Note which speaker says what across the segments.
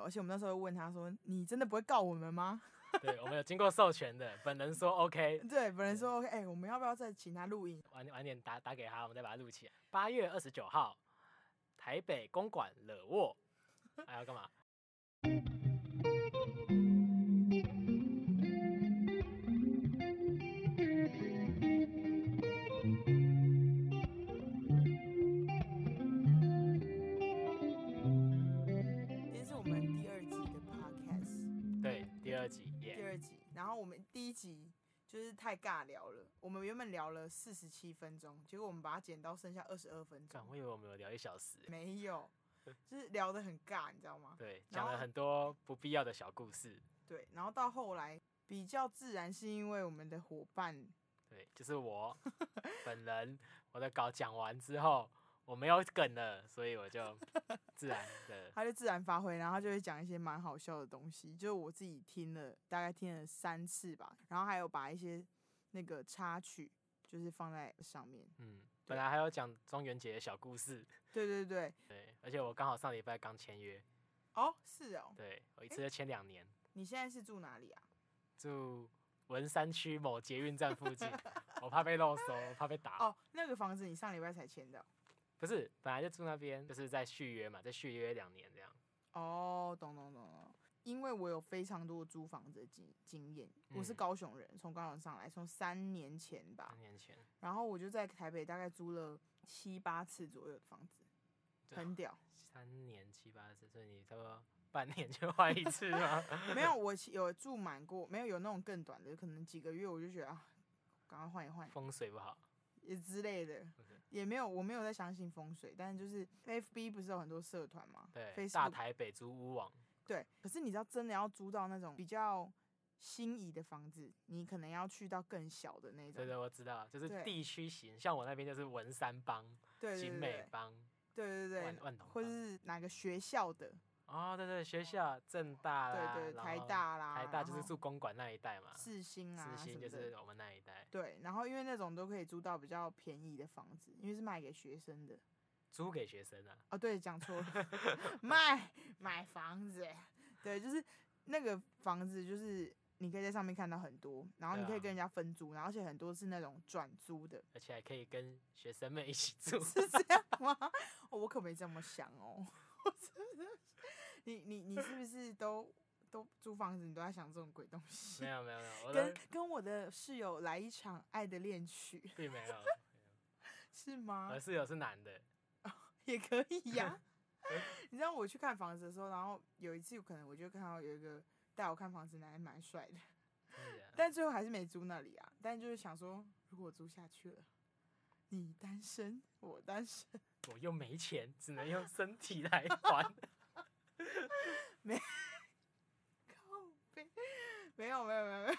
Speaker 1: 而且我们那时候问他说：“你真的不会告我们吗
Speaker 2: 对，我们有经过授权的，本人说 OK，？”
Speaker 1: 对，本人说：“哎、我们要不要再请他录影
Speaker 2: 晚晚点打打给他，我们再把它录起来。八月二十九号，台北公馆惹沃，还要干嘛？
Speaker 1: 今天是我们第二集的 podcast，
Speaker 2: 对，第二集
Speaker 1: 第
Speaker 2: 耶
Speaker 1: 二集。然后我们第一集就是太尬聊了，我们原本聊了四十七分钟，结果我们把它剪到剩下二十二分
Speaker 2: 干，
Speaker 1: 钟，
Speaker 2: 我以为我们有聊一小时，
Speaker 1: 没有，就是聊得很尬，你知道吗？
Speaker 2: 对，
Speaker 1: 然
Speaker 2: 讲了
Speaker 1: 后
Speaker 2: 很多不必要的小故事，
Speaker 1: 对，然后到后来比较自然，是因为我们的伙伴
Speaker 2: 对，就是 我本人，我的稿讲完之后，我没有梗了，所以我就自然 的，
Speaker 1: 他就自然发挥，然后他就会讲一些蛮好笑的东西，就是我自己听了大概听了三次吧，然后还有把一些那个插曲就是放在上面。
Speaker 2: 嗯，本来还要讲中元节的小故事，
Speaker 1: 对对对，
Speaker 2: 对，而且我刚好上礼拜刚签约，
Speaker 1: 哦，是哦，
Speaker 2: 对我一次就签两年，
Speaker 1: 你现在是住哪里啊？
Speaker 2: 住文山区某捷运站附 近，我怕被漏搜，我怕被打，
Speaker 1: 哦，那个房子你上礼拜才签的哦。
Speaker 2: 不是，本来就住那边，就是在续约嘛，在续约两年这样，
Speaker 1: 哦，懂懂懂懂。因为我有非常多租房子的经经验，我是
Speaker 2: 嗯
Speaker 1: 高雄人，从高雄上来，从三年前吧
Speaker 2: 三，年前，
Speaker 1: 然后我就在台北大概租了七八次左右的房子，
Speaker 2: 对啊
Speaker 1: 很屌。
Speaker 2: 三年七八次，所以你差不多半年就换一次 吗？
Speaker 1: 没有，我其有住满过，没有有那种更短的，可能几个月我就觉得啊，赶快换一换
Speaker 2: 风水不好，
Speaker 1: 也之类的， 也没有我没有在相信风水，但是就是 FB 不是有很多社团嘛，
Speaker 2: 对，大
Speaker 1: Facebook
Speaker 2: 台北租屋网。
Speaker 1: 对，可是你知道真的要租到那种比较心仪的房子，你可能要去到更小的那种，
Speaker 2: 对对，我知道，就是
Speaker 1: 对
Speaker 2: 地区型，像我那边就是文山帮、
Speaker 1: 对对
Speaker 2: 景
Speaker 1: 对
Speaker 2: 美
Speaker 1: 对
Speaker 2: 帮、
Speaker 1: 对对
Speaker 2: 万
Speaker 1: 对，
Speaker 2: 万隆
Speaker 1: 或者
Speaker 2: 帮。
Speaker 1: 是哪个学校的，
Speaker 2: 哦，对对，学校正大啦，
Speaker 1: 对对，
Speaker 2: 啊然
Speaker 1: 台
Speaker 2: 后
Speaker 1: 大啦，
Speaker 2: 台大就是
Speaker 1: 然后
Speaker 2: 住公馆那一带嘛，四
Speaker 1: 世新啊什
Speaker 2: 星
Speaker 1: 么
Speaker 2: 就
Speaker 1: 的，
Speaker 2: 是我们那一带，
Speaker 1: 对，然后因为那种都可以租到比较便宜的房子，因为是卖给学生的。
Speaker 2: 租给学生啊，
Speaker 1: 哦，对，讲 错了，卖买房子，对，就是那个房子，就是你可以在上面看到很多，然后你
Speaker 2: 对
Speaker 1: 可
Speaker 2: 啊
Speaker 1: 以跟人家分租，然后而且很多是那种转租的，
Speaker 2: 而且还可以跟学生们一起住，
Speaker 1: 是这样吗？哦我可没这么想哦，我真的是，你你你是不是都都租房子，你都在想这种鬼东西
Speaker 2: 没？有没有没有，我
Speaker 1: 跟
Speaker 2: 都
Speaker 1: 跟我的室友来一场爱的恋曲
Speaker 2: 并没有，
Speaker 1: 是吗？
Speaker 2: 我室友是男的，
Speaker 1: 也可以呀、你知道我去看房子的时候，然后有一次可能我就看到有一个带我看房子的男人蛮帅的，
Speaker 2: 真的假的
Speaker 1: 但最后还是没租那里啊。但就是想说，如果我租下去了，你单身，我单身，
Speaker 2: 我又没钱，只能用身体来还，
Speaker 1: 没有没有没有没 有，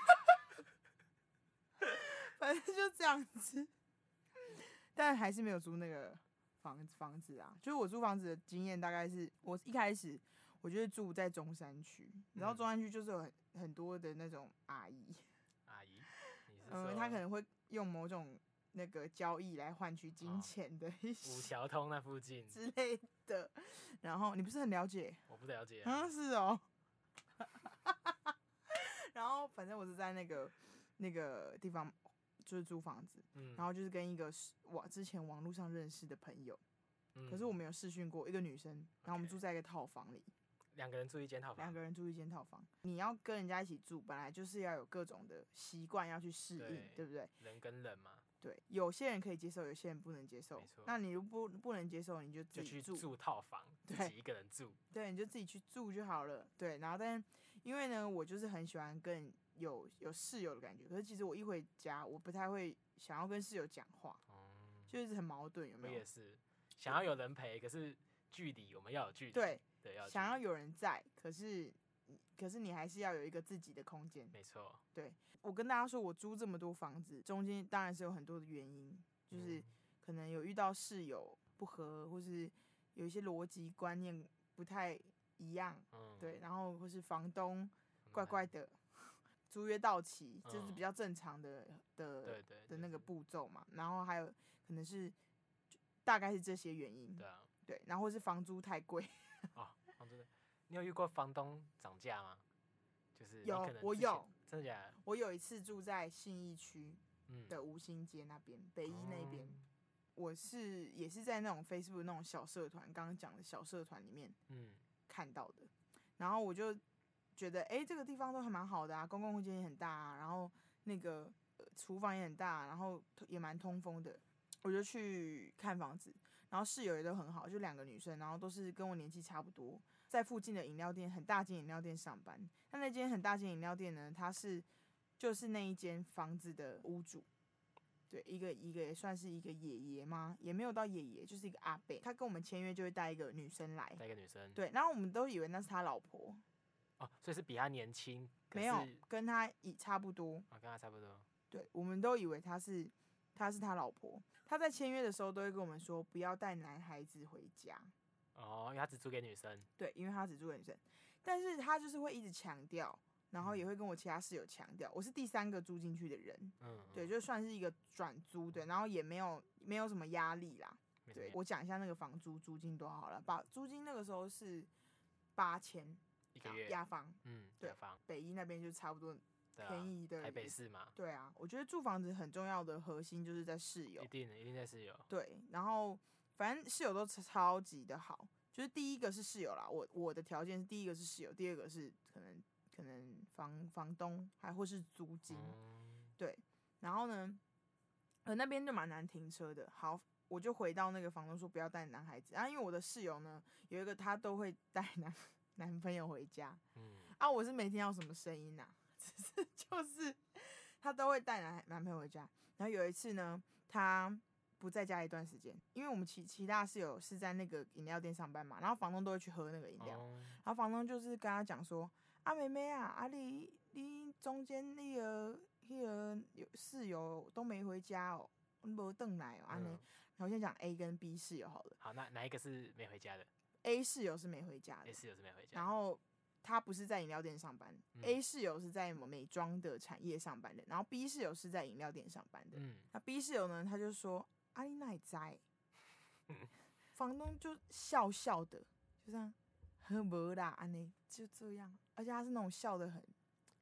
Speaker 1: 反正就这样子。但还是没有租那个房房子啊，就是我租房子的经验大概是，我一开始我就是住在中山区，然后
Speaker 2: 嗯
Speaker 1: 中山区就是有很很多的那种阿姨。
Speaker 2: 阿姨，你是
Speaker 1: 嗯，
Speaker 2: 说
Speaker 1: 他可能会用某种那个交易来换取金
Speaker 2: 哦
Speaker 1: 钱的一些
Speaker 2: 五条通那附近，
Speaker 1: 之类的。然后你不是很了解？
Speaker 2: 我不了解啊，
Speaker 1: 嗯，是哦。 然后反正我是在那个那个地方就是租房子，
Speaker 2: 嗯，
Speaker 1: 然后就是跟一个是我之前网络上认识的朋友，可是
Speaker 2: 嗯
Speaker 1: 我们有试训过一个女生，然后我们
Speaker 2: OK
Speaker 1: 住在一个套房里，
Speaker 2: 两个人住一间套房，
Speaker 1: 两个人住一间套房。你要跟人家一起住，本来就是要有各种的习惯要去适应
Speaker 2: 对，
Speaker 1: 对不对？
Speaker 2: 人跟人嘛，
Speaker 1: 对，有些人可以接受，有些人不能接受
Speaker 2: 没错。
Speaker 1: 那你如不不能接受，你就自
Speaker 2: 就
Speaker 1: 己
Speaker 2: 去
Speaker 1: 住，
Speaker 2: 住套房，自
Speaker 1: 对
Speaker 2: 己一个人住，
Speaker 1: 对，你就自己去住就好了。对，然后但因为呢，我就是很喜欢跟有有室友的感觉，可是其实我一回家，我不太会想要跟室友讲话，
Speaker 2: 嗯，
Speaker 1: 就是很矛盾，有
Speaker 2: 我
Speaker 1: 没有
Speaker 2: 也？是想要有人陪，可是距离我们要有距离，
Speaker 1: 对，
Speaker 2: 对，要有
Speaker 1: 想
Speaker 2: 距
Speaker 1: 要
Speaker 2: 离
Speaker 1: 有人在，可是可是你还是要有一个自己的空间。
Speaker 2: 没错，
Speaker 1: 我跟大家说，我租这么多房子，中间当然是有很多的原因，就是
Speaker 2: 嗯
Speaker 1: 可能有遇到室友不合，或是有一些逻辑观念不太一样，
Speaker 2: 嗯，
Speaker 1: 对，，然后或是房东
Speaker 2: 很
Speaker 1: 怪
Speaker 2: 难，
Speaker 1: 怪的，租约到期，这是
Speaker 2: 嗯
Speaker 1: 比较正常的的
Speaker 2: 对对
Speaker 1: 的
Speaker 2: 就
Speaker 1: 那个
Speaker 2: 是
Speaker 1: 步骤嘛。然后还有可能是就大概是这些原因，
Speaker 2: 对啊，
Speaker 1: 对，然后或是房租太贵，
Speaker 2: 哦，房租的，你有遇过房东涨价吗？就 是你
Speaker 1: 有
Speaker 2: 可能
Speaker 1: 我
Speaker 2: 之前
Speaker 1: 有，
Speaker 2: 真的假的？
Speaker 1: 我有一次住在信义区
Speaker 2: 嗯，
Speaker 1: 的吴兴街那边，北一那边，
Speaker 2: 哦
Speaker 1: 我是也是在那种 Facebook 那种小社团，刚刚讲的小社团里面
Speaker 2: 嗯
Speaker 1: 看到的，然后我就觉得，哎、这个地方都还蛮好的啊，公共空间也很大、啊，然后那个、呃厨房也很大、然后也蛮通风的，我就去看房子，然后室友也都很好，就两个女生，然后都是跟我年纪差不多，在附近的饮料店很大间饮料店上班。那那间很大间饮料店呢，它是就是那一间房子的屋主。对，一个一个也算是一个爷爷吗？也没有到爷爷，就是一个阿伯。他跟我们签约就会带一个女生来，
Speaker 2: 带一个女生，
Speaker 1: 哎对，然后我们都以为那是他老婆，
Speaker 2: 哦，所以是比他年轻，可
Speaker 1: 没有
Speaker 2: 是
Speaker 1: 跟他以差不多。
Speaker 2: 哦，跟他差不多，
Speaker 1: 对，我们都以为他是他是他老婆。他在签约的时候都会跟我们说不要带男孩子回家，
Speaker 2: 哦，因为他只租给女生，
Speaker 1: 对，因为他只住女生。但是他就是会一直强调，然后
Speaker 2: 嗯
Speaker 1: 也会跟我其他室友强调，我是第三个住进去的人，
Speaker 2: 嗯，
Speaker 1: 对，
Speaker 2: 嗯，
Speaker 1: 就算是一个转租，对，然后也没有没有什么压力啦。
Speaker 2: 没什么
Speaker 1: 对
Speaker 2: 压
Speaker 1: 我讲一下那个房租租金多少好了，把租金那个时候是八千
Speaker 2: 一个月，
Speaker 1: 压房，
Speaker 2: 嗯，
Speaker 1: 对
Speaker 2: 雅房，
Speaker 1: 北一那边就差不多
Speaker 2: 对啊
Speaker 1: 便宜的
Speaker 2: 台
Speaker 1: 也
Speaker 2: 北
Speaker 1: 是
Speaker 2: 市嘛，
Speaker 1: 对啊，我觉得住房子很重要的核心就是在室友
Speaker 2: 一。定的，一定在室友，
Speaker 1: 对，然后反正室友都超超级的好，就是第一个是室友啦，我我的条件是第一个是室友，第二个是可能可能房房东还 或是租金，
Speaker 2: 嗯，
Speaker 1: 对，然后呢，呃那边就蛮难停车的，好。我就回到那个房东说不要带男孩子，然、啊后因为我的室友呢有一个他都会带男 男朋友回家，
Speaker 2: 嗯，
Speaker 1: 啊，我是没听到什么声音呐、只是就是她都会带男男朋友回家。然后有一次呢，她不在家一段时间，因为我们其其他室友是在那个饮料店上班嘛，然后房东都会去喝那个饮料，
Speaker 2: 哦
Speaker 1: 然后房东就是跟她讲说：“啊，妹妹啊，啊你你中间那个那个有室友都没回家哦，无邓来哦，安尼。
Speaker 2: 嗯
Speaker 1: 然后我先讲 A 跟 B 室友好了
Speaker 2: 好，那哪一个是没回家的
Speaker 1: ，A 室友是没回家的
Speaker 2: ？A 室友是没回家，
Speaker 1: 啊然后他不是在饮料店上班、
Speaker 2: 嗯
Speaker 1: a 室友是在美妆的产业上班的，然后 B 室友是在饮料店上班的。
Speaker 2: 嗯，
Speaker 1: 那 B 室友呢，他就说：“啊阿丽奈 在。”房东就笑笑的，就这样，呵没啦，安内就这样，而且他是那种笑的很，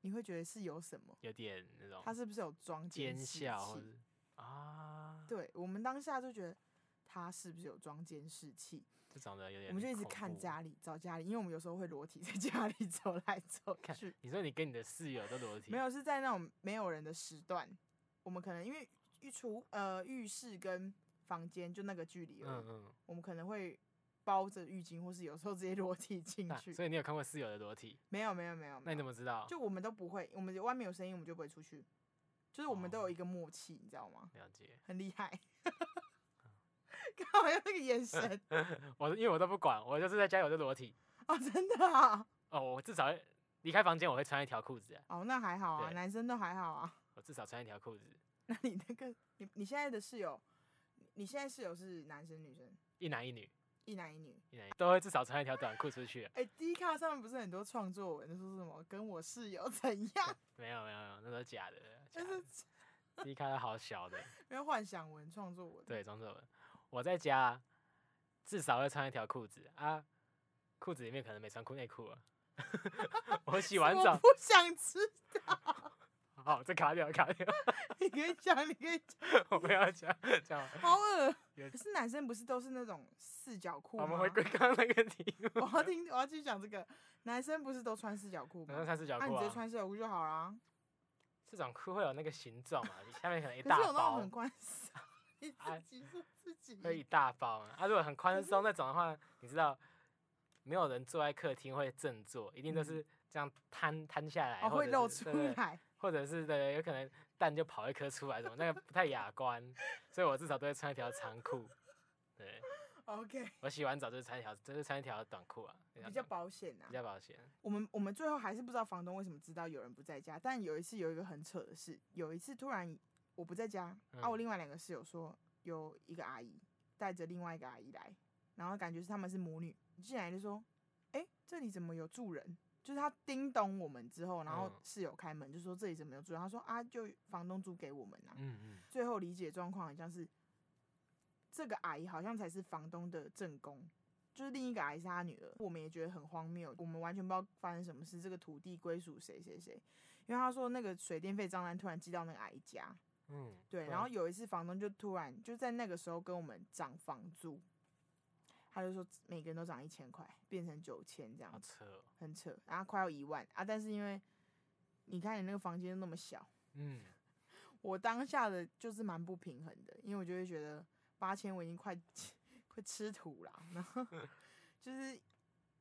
Speaker 1: 你会觉得是有什么，
Speaker 2: 有点那种
Speaker 1: 他是不是有装监
Speaker 2: 哦奸
Speaker 1: 视器？
Speaker 2: 笑或者啊，
Speaker 1: 对我们当下就觉得他是不是有装监视器？
Speaker 2: 这种的有点，
Speaker 1: 我们就一直看。家里，找家里，因为我们有时候会裸体在家里 走来走
Speaker 2: 看
Speaker 1: 去。
Speaker 2: 你说你跟你的室友都裸体，
Speaker 1: 没有是在那种没有人的时段，我们可能因为浴厨呃浴室跟房间就那个距离而
Speaker 2: 嗯
Speaker 1: 已，
Speaker 2: 嗯，
Speaker 1: 我们可能会包着浴巾，或是有时候直接裸体进
Speaker 2: 那
Speaker 1: 去。
Speaker 2: 所以你有看过室友的裸体？
Speaker 1: 没有没有没有，
Speaker 2: 那
Speaker 1: 没
Speaker 2: 你怎
Speaker 1: 有
Speaker 2: 么知道？
Speaker 1: 嗯就我们都不会，我们外面有声音我们就不会出去，就是我们
Speaker 2: 哦
Speaker 1: 都有一个默契，你知道吗？
Speaker 2: 了解，
Speaker 1: 很厉 害。
Speaker 2: 嗯
Speaker 1: 看我那个眼神
Speaker 2: 我因为我都不管，我就是在家有的裸体
Speaker 1: 哦，真的啊，
Speaker 2: 哦，我至少会离开房间我会穿一条裤子啊，
Speaker 1: 哦那还好啊，
Speaker 2: 对
Speaker 1: 男生都还好啊。
Speaker 2: 我至少穿一条裤子，
Speaker 1: 那你那个你你现在的室友，你现在室友是男生女生？
Speaker 2: 一男一女，
Speaker 1: 一男一女，
Speaker 2: 一男一都会至少穿一条短裤出去啊。
Speaker 1: 哎、d 卡上面不是很多创作文，说什么跟我室友怎样，
Speaker 2: 没有没有没有，那都是假的，假
Speaker 1: 就是
Speaker 2: 的。你看到好小的，
Speaker 1: 没有幻想文创作文。，
Speaker 2: 对，庄作文，我在家啊至少会穿一条裤子啊，裤子里面可能没穿裤内裤啊。 我洗完
Speaker 1: 我
Speaker 2: 澡，
Speaker 1: 不想吃，
Speaker 2: 好，这卡掉卡掉，
Speaker 1: 你可以讲，你可以讲，
Speaker 2: 我不要讲 讲完。
Speaker 1: 好恶。
Speaker 2: 有
Speaker 1: 可是男生不是都是那种四角裤吗？哦
Speaker 2: 我们回归刚刚那个题目，
Speaker 1: 我要听，我要去讲这个。男生不是都穿四角裤
Speaker 2: 男生
Speaker 1: 吗？
Speaker 2: 穿四角
Speaker 1: 那、
Speaker 2: 裤
Speaker 1: 你直接
Speaker 2: 啊，
Speaker 1: 穿四角裤就好啦。
Speaker 2: 这种裤会有那个形状嘛，你下面可能一
Speaker 1: 可是
Speaker 2: 大
Speaker 1: 有那种
Speaker 2: 包
Speaker 1: 很，宽松， 你
Speaker 2: 哎
Speaker 1: 自己说自己。哦
Speaker 2: 会一大包啊。啊，如果很宽松那种的话，你知道，没有人坐在客厅会正坐，一定都
Speaker 1: 嗯
Speaker 2: 是这样摊摊下来，
Speaker 1: 哦，
Speaker 2: 或
Speaker 1: 会
Speaker 2: 者
Speaker 1: 露
Speaker 2: 是
Speaker 1: 出
Speaker 2: 对对
Speaker 1: 来。
Speaker 2: 或者是对，有可能蛋就跑一颗出来什么，那个不太雅观，所以我至少都会穿一条长裤。对
Speaker 1: OK，
Speaker 2: 我洗完澡就是穿一条，就是穿一条短裤啊，那条
Speaker 1: 比较
Speaker 2: 短
Speaker 1: 保险啊
Speaker 2: 比。较保险。
Speaker 1: 我们我们最后还是不知道房东为什么知道有人不在家，但有一次有一个很扯的事，有一次突然我不在家，啊，
Speaker 2: 嗯
Speaker 1: 我另外两个室友说有一个阿姨带着另外一个阿姨来，然后感觉是他们是母女，进来就说，哎、这里怎么有住人？就是他叮咚我们之后，然后
Speaker 2: 嗯
Speaker 1: 室友开门就说这里怎么有住人？他说啊，就房东租给我们啊。
Speaker 2: 嗯嗯，
Speaker 1: 最后理解状况好像是这个阿姨好像才是房东的正宫，就是另一个矮莎女儿，我们也觉得很荒谬，我们完全不知道发生什么事，这个土地归属谁谁谁。因为他说那个水电费账单突然寄到那个矮家，
Speaker 2: 嗯，
Speaker 1: 对，然后有一次房东就突然就在那个时候跟我们涨房租，他就说每个人都涨一千块，变成九千这样
Speaker 2: 好
Speaker 1: 子，
Speaker 2: 扯哦，
Speaker 1: 很扯，然后快要一万啊！但是因为你看你那个房间那么小，
Speaker 2: 嗯，
Speaker 1: 我当下的就是蛮不平衡的，因为我就会觉得八千我已经快快吃土了，然后
Speaker 2: 嗯
Speaker 1: 就是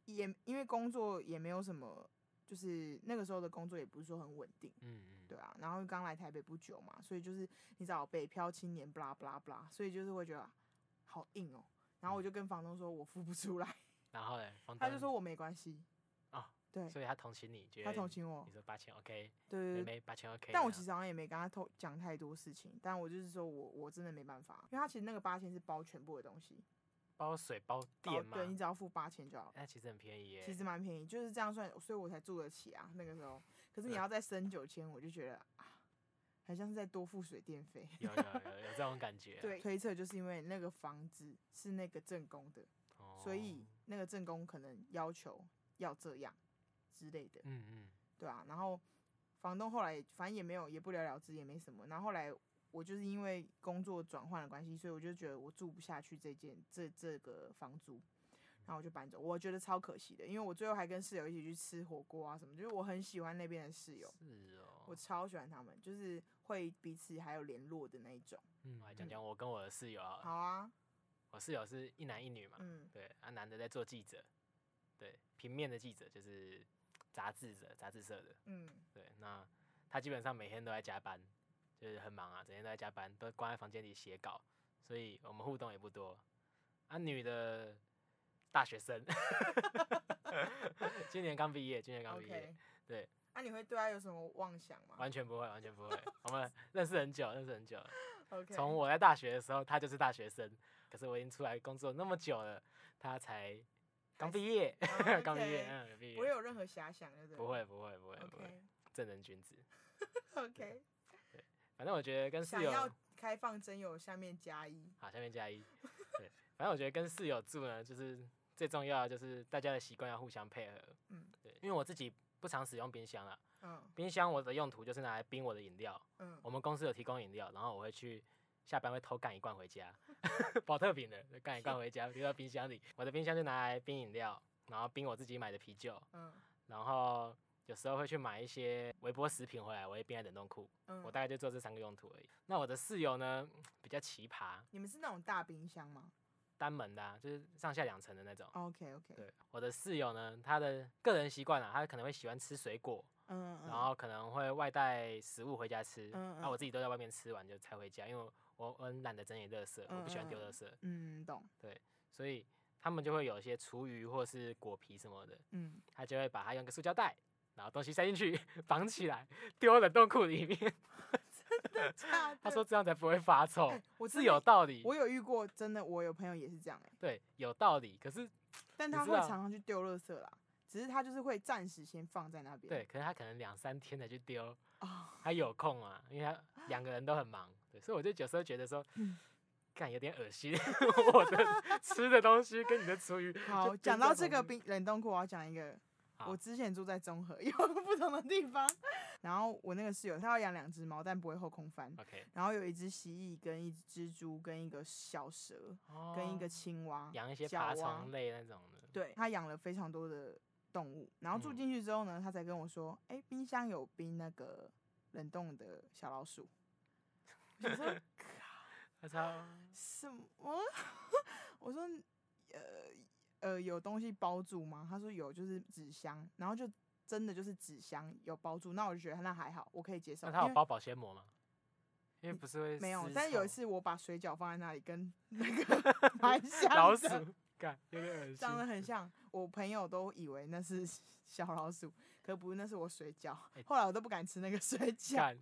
Speaker 1: 也因为工作也没有什么，就是那个时候的工作也不是说很稳定。
Speaker 2: 嗯
Speaker 1: 对
Speaker 2: 嗯，
Speaker 1: 啊，然后刚来台北不久嘛，所以就是你找北漂青年，不啦不啦不啦，所以就是会觉得好硬哦。然后我就跟房东说，我付不出来，
Speaker 2: 然后嘞，房
Speaker 1: 他就
Speaker 2: 东
Speaker 1: 说我没关系，对
Speaker 2: 嗯啊所以他同情你，觉得
Speaker 1: 他同情我
Speaker 2: 你，说八千 OK，
Speaker 1: 对
Speaker 2: 妹
Speaker 1: 对对。
Speaker 2: 妹八千 OK，
Speaker 1: 但我
Speaker 2: 这
Speaker 1: 其
Speaker 2: 样
Speaker 1: 实好像也没跟他透讲太多事情，但我就是说我我真的没办法，因为他其实那个八千是包全部的东西，
Speaker 2: 包水包
Speaker 1: 包
Speaker 2: 电
Speaker 1: 哦
Speaker 2: 嘛
Speaker 1: 对，你只要付八千就好了，
Speaker 2: 那其实很便宜耶，
Speaker 1: 其实蛮便宜，就是这样算，所以我才住得起啊那个时候。可是你
Speaker 2: 对
Speaker 1: 要再升九千，我就觉得啊，好像是在多付水电 费。
Speaker 2: 有有有有这种感觉啊，
Speaker 1: 对，推测就是因为那个房子是那个正宫的，
Speaker 2: 哦，
Speaker 1: 所以那个正宫可能要求要这样之类的，
Speaker 2: 嗯嗯，
Speaker 1: 对啊。然后房东后来反正也没有，也不了了之，也没什么。然后后来我就是因为工作转换的关系，所以我就觉得我住不下去这间这这个房租。然后我就搬走，我觉得超可惜的，因为我最后还跟室友一起去吃火锅啊什么，就是我很喜欢那边的室友，
Speaker 2: 是哦，
Speaker 1: 我超喜欢他们，就是会彼此还有联络的那一种。
Speaker 2: 嗯，我来
Speaker 1: 嗯
Speaker 2: 讲讲我跟我的室友好了，
Speaker 1: 好啊，
Speaker 2: 我室友是一男一女嘛，
Speaker 1: 嗯
Speaker 2: 对，啊，男的在做记者，对，平面的记者就是杂志社，杂志社的，
Speaker 1: 嗯，
Speaker 2: 对，那他基本上每天都在加班，就是很忙啊，整天都在加班，都关在房间里写稿，所以我们互动也不多。啊，女的大学生， 今年刚毕业，今年刚毕业
Speaker 1: OK，
Speaker 2: 对。
Speaker 1: 那、你会对他有什么妄想吗
Speaker 2: 完全不会，完全不会，我们认识很久，认识很久了。
Speaker 1: ？OK，
Speaker 2: 从我在大学的时候，他就是大学生，可是我已经出来工作那么久了，他才刚
Speaker 1: 还是
Speaker 2: 毕业，
Speaker 1: 哦
Speaker 2: 刚毕业，
Speaker 1: OK
Speaker 2: 嗯，刚毕业，
Speaker 1: 不会有任何遐想，对不对？
Speaker 2: 不会，不会，不会，不会，
Speaker 1: OK
Speaker 2: 正人君子。
Speaker 1: OK，
Speaker 2: 反正我觉得跟室
Speaker 1: 想
Speaker 2: 友，
Speaker 1: 要开放真友下面加一。
Speaker 2: 好，下面加一。对，反正我觉得跟室友住呢，就是最重要的就是大家的习惯要互相配合。
Speaker 1: 嗯
Speaker 2: 对，因为我自己不常使用冰箱啊，
Speaker 1: 嗯
Speaker 2: 冰箱我的用途就是拿来冰我的饮料。
Speaker 1: 嗯，
Speaker 2: 我们公司有提供饮料，然后我会去下班会偷干一罐回家， 保特瓶的干一罐回家，丢到冰箱里。我的冰箱就拿来冰饮料，然后冰我自己买的啤酒，
Speaker 1: 嗯
Speaker 2: 然后有时候会去买一些微波食品回来，我会冰在冷冻库。
Speaker 1: 嗯，
Speaker 2: 我大概就做这三个用途而已。那我的室友呢，比较奇葩，
Speaker 1: 你们是那种大冰箱吗
Speaker 2: 单门的、啊，就是上下两层的那种。
Speaker 1: ？OK OK，
Speaker 2: 对，我的室友呢，他的个人习惯啊，他可能会喜欢吃水果，
Speaker 1: 嗯嗯，
Speaker 2: 然后可能会外带食物回家吃，
Speaker 1: 嗯
Speaker 2: 啊，
Speaker 1: 嗯
Speaker 2: 我自己都在外面吃完就才回家，因为我我很懒得整理垃圾，我不喜欢丢
Speaker 1: 嗯嗯
Speaker 2: 垃
Speaker 1: 嗯
Speaker 2: 圾，
Speaker 1: 嗯懂，
Speaker 2: 所以他们就会有一些厨余或是果皮什么的，
Speaker 1: 嗯
Speaker 2: 他就会把它用个塑胶袋，然后东西塞进去绑起来，丢冷冻库里面。
Speaker 1: 啊
Speaker 2: 他
Speaker 1: 对
Speaker 2: 说这样才不会 发臭，
Speaker 1: 哎我
Speaker 2: 是
Speaker 1: 真
Speaker 2: 有
Speaker 1: 的
Speaker 2: 道理，
Speaker 1: 我有遇过，真的我有朋友也是这样哎、
Speaker 2: 对，有道理。可是
Speaker 1: 但
Speaker 2: 你
Speaker 1: 他
Speaker 2: 知
Speaker 1: 会
Speaker 2: 道
Speaker 1: 常常去丢垃圾啦，只是他就是会暂时先放在那边。
Speaker 2: 对，可是他可能两三天才去丢，
Speaker 1: 啊、
Speaker 2: 他有空啊，因为 他两个人都很忙，对，所以我就有时候觉得说
Speaker 1: 嗯，
Speaker 2: 看有点恶心，我的 吃的东西跟你的厨余就
Speaker 1: 好，
Speaker 2: 丢
Speaker 1: 讲
Speaker 2: 在
Speaker 1: 到这
Speaker 2: 旁
Speaker 1: 个
Speaker 2: 边，
Speaker 1: 冰冷冻库，我要讲一个，
Speaker 2: 好
Speaker 1: 我之前住在中和，有不同的地方。然后我那个室友，他要养两只猫，但不会后空翻。
Speaker 2: OK，
Speaker 1: 然后有一只蜥蜴，跟一只蜘蛛，跟一个小蛇，跟一个
Speaker 2: 哦
Speaker 1: 青蛙。
Speaker 2: 养一些
Speaker 1: 角
Speaker 2: 爬
Speaker 1: 蛙
Speaker 2: 虫类那种的，
Speaker 1: 对，他养了非常多的动物。然后住
Speaker 2: 嗯
Speaker 1: 进去之后呢，他才跟我说，哎、冰箱有冰那个冷冻的小老鼠。我想 说
Speaker 2: 他超
Speaker 1: 什么？ 我说，呃呃，有东西包住吗？他说有，就是纸箱，然后就真的就是纸箱有包住。那我就觉得那还好，我可以接受。
Speaker 2: 那他
Speaker 1: 因
Speaker 2: 有
Speaker 1: 为嗯
Speaker 2: 包保鲜膜吗？因为不是会
Speaker 1: 没有
Speaker 2: 撕，
Speaker 1: 但是有一
Speaker 2: 臭
Speaker 1: 次我把水饺放在那里，跟那个 蛮像
Speaker 2: 老
Speaker 1: 的
Speaker 2: 鼠，干有点恶
Speaker 1: 长得
Speaker 2: 心。
Speaker 1: 很像。我朋友都以为那是小老鼠，可不是，那是我水饺
Speaker 2: 哎。
Speaker 1: 后来我都不敢吃那个水饺。
Speaker 2: 干